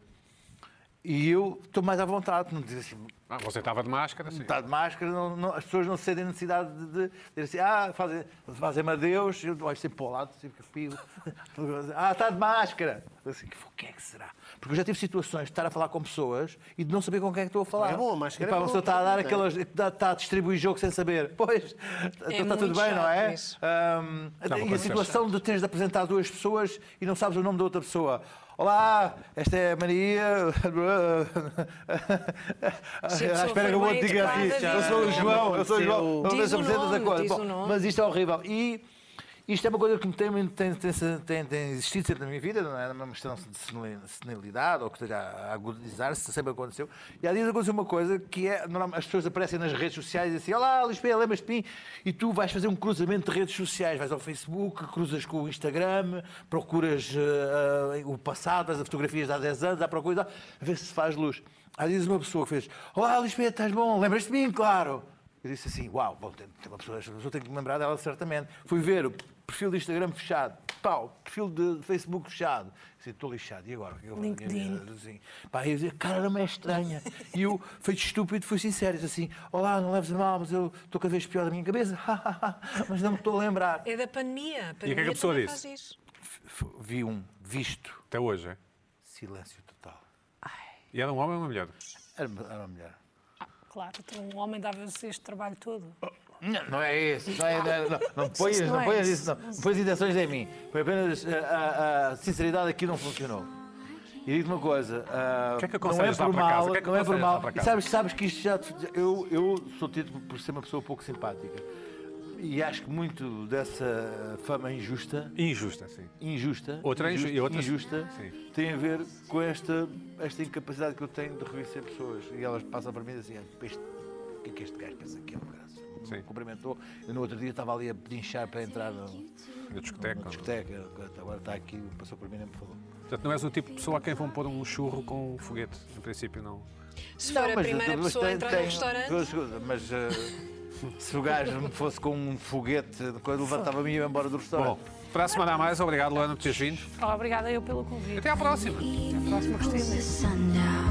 e eu estou mais à vontade, não dizer assim,
Ah, você estava de máscara, sim.
está de máscara, não- não- as pessoas não sentem a necessidade de, de dizer assim, ah, fazem- fazem-me adeus, eu olho sempre para o lado, sempre que pigo. ah, está de máscara. Eu Assim, o que é que será? Porque eu já tive situações de estar a falar com pessoas e de não saber com quem é que estou a falar.
É bom, a máscara
E pá,
é
uma
bom,
pessoa está a dar
não tem.
aquelas, está está a distribuir jogo sem saber. Pois, está está
É muito
tudo bem, não
chato
é?
isso.
Ahm,
me
e a
aconteceu.
situação de teres de apresentar duas pessoas e não sabes o nome da outra pessoa. Olá, esta é a Maria.
Se a
À
pessoa
Ah, espera que eu
for
vou
bem
te dizer assim.
educada,
Eu sou o
diz.
João, eu sou o João. Não
Diz
deixa
o
apresentar
nome,
da coisa.
diz o
Bom,
nome.
Mas isto é horrível. E isto é uma coisa que me tem, tem, tem, tem, tem existido sempre na minha vida, não é? Uma questão de senil- senilidade ou que esteja a agudizar-se, sempre aconteceu. E há dias aconteceu uma coisa que é, normal- as pessoas aparecem nas redes sociais e dizem assim, olá, Lisboa, lembras-te de mim? E tu vais fazer um cruzamento de redes sociais, vais ao Facebook, cruzas com o Instagram, procuras eh, eh, o passado, vais a fotografias de há 10 anos, à procura, e tal, vê se faz luz. Há dias uma pessoa que fez, olá, Lisboa, estás bom, lembras-te de mim, claro. Eu disse assim, uau, bom, tem, tem uma pessoa, esta pessoa tem que me lembrar dela certamente. Fui ver o perfil do Instagram fechado, pau, perfil de Facebook fechado. Assim, estou lixado, e agora? O que é que eu vou fazer?
LinkedIn.
Assim, pá, eu dizia, caramba, é estranha. E eu, feito estúpido, fui sincero, disse assim, olá, não leves a mal, mas eu estou cada vez pior da minha cabeça, mas não me estou a lembrar.
É da pandemia.
que é que a
pandemia
pessoa
também
disse?
faz isso.
F- Vi um, visto,
Até hoje, é?
silêncio total.
E era um homem ou uma mulher?
Era, uma- era uma mulher.
Claro, então um homem dava-se este trabalho todo.
Não, não é isso. Não, é, não, é- não, não ponhas,
não
não
é
ponhas
isso.
isso, não. Não ponhas intenções em mim. Foi apenas eh, a, a sinceridade aqui não funcionou. E digo uma coisa. ah,
O que é que
não é
aconselhas lá
por
para casa?
mal,
O que é que
não é por
aconselhas lá
mal.
para
E
casa?
sabes, sabes que isto já. Eu, eu sou tido por ser uma pessoa pouco simpática. E acho que muito dessa fama injusta,
Injusta, sim.
injusta,
Outra é inju-
injusta,
e outra-
injusta
sim.
tem a ver com esta, esta incapacidade que eu tenho de reconhecer pessoas. E elas passam para mim e dizem assim: "Ah, este- o que é que este gajo pensa que é um graça?
Sim.
Me cumprimentou. Eu no outro dia estava ali a pedinchar para entrar no-
Na discoteca.
numa discoteca. Agora está aqui, passou por mim e nem me falou.
Portanto, não és o tipo de pessoa a quem vão pôr um churro com um foguete. Em princípio, não.
Se for a
mas
primeira
tem-
pessoa a entrar no
tem-
restaurante,
Mas eh, se o gajo me fosse com um foguete, quando levantava-me e ia embora do
Bom,
restaurante.
para a semana a mais, obrigado, Luana, por teres vindo.
Obrigada eu pelo convite.
Até à próxima.
Até à próxima, Cristina.
sundown.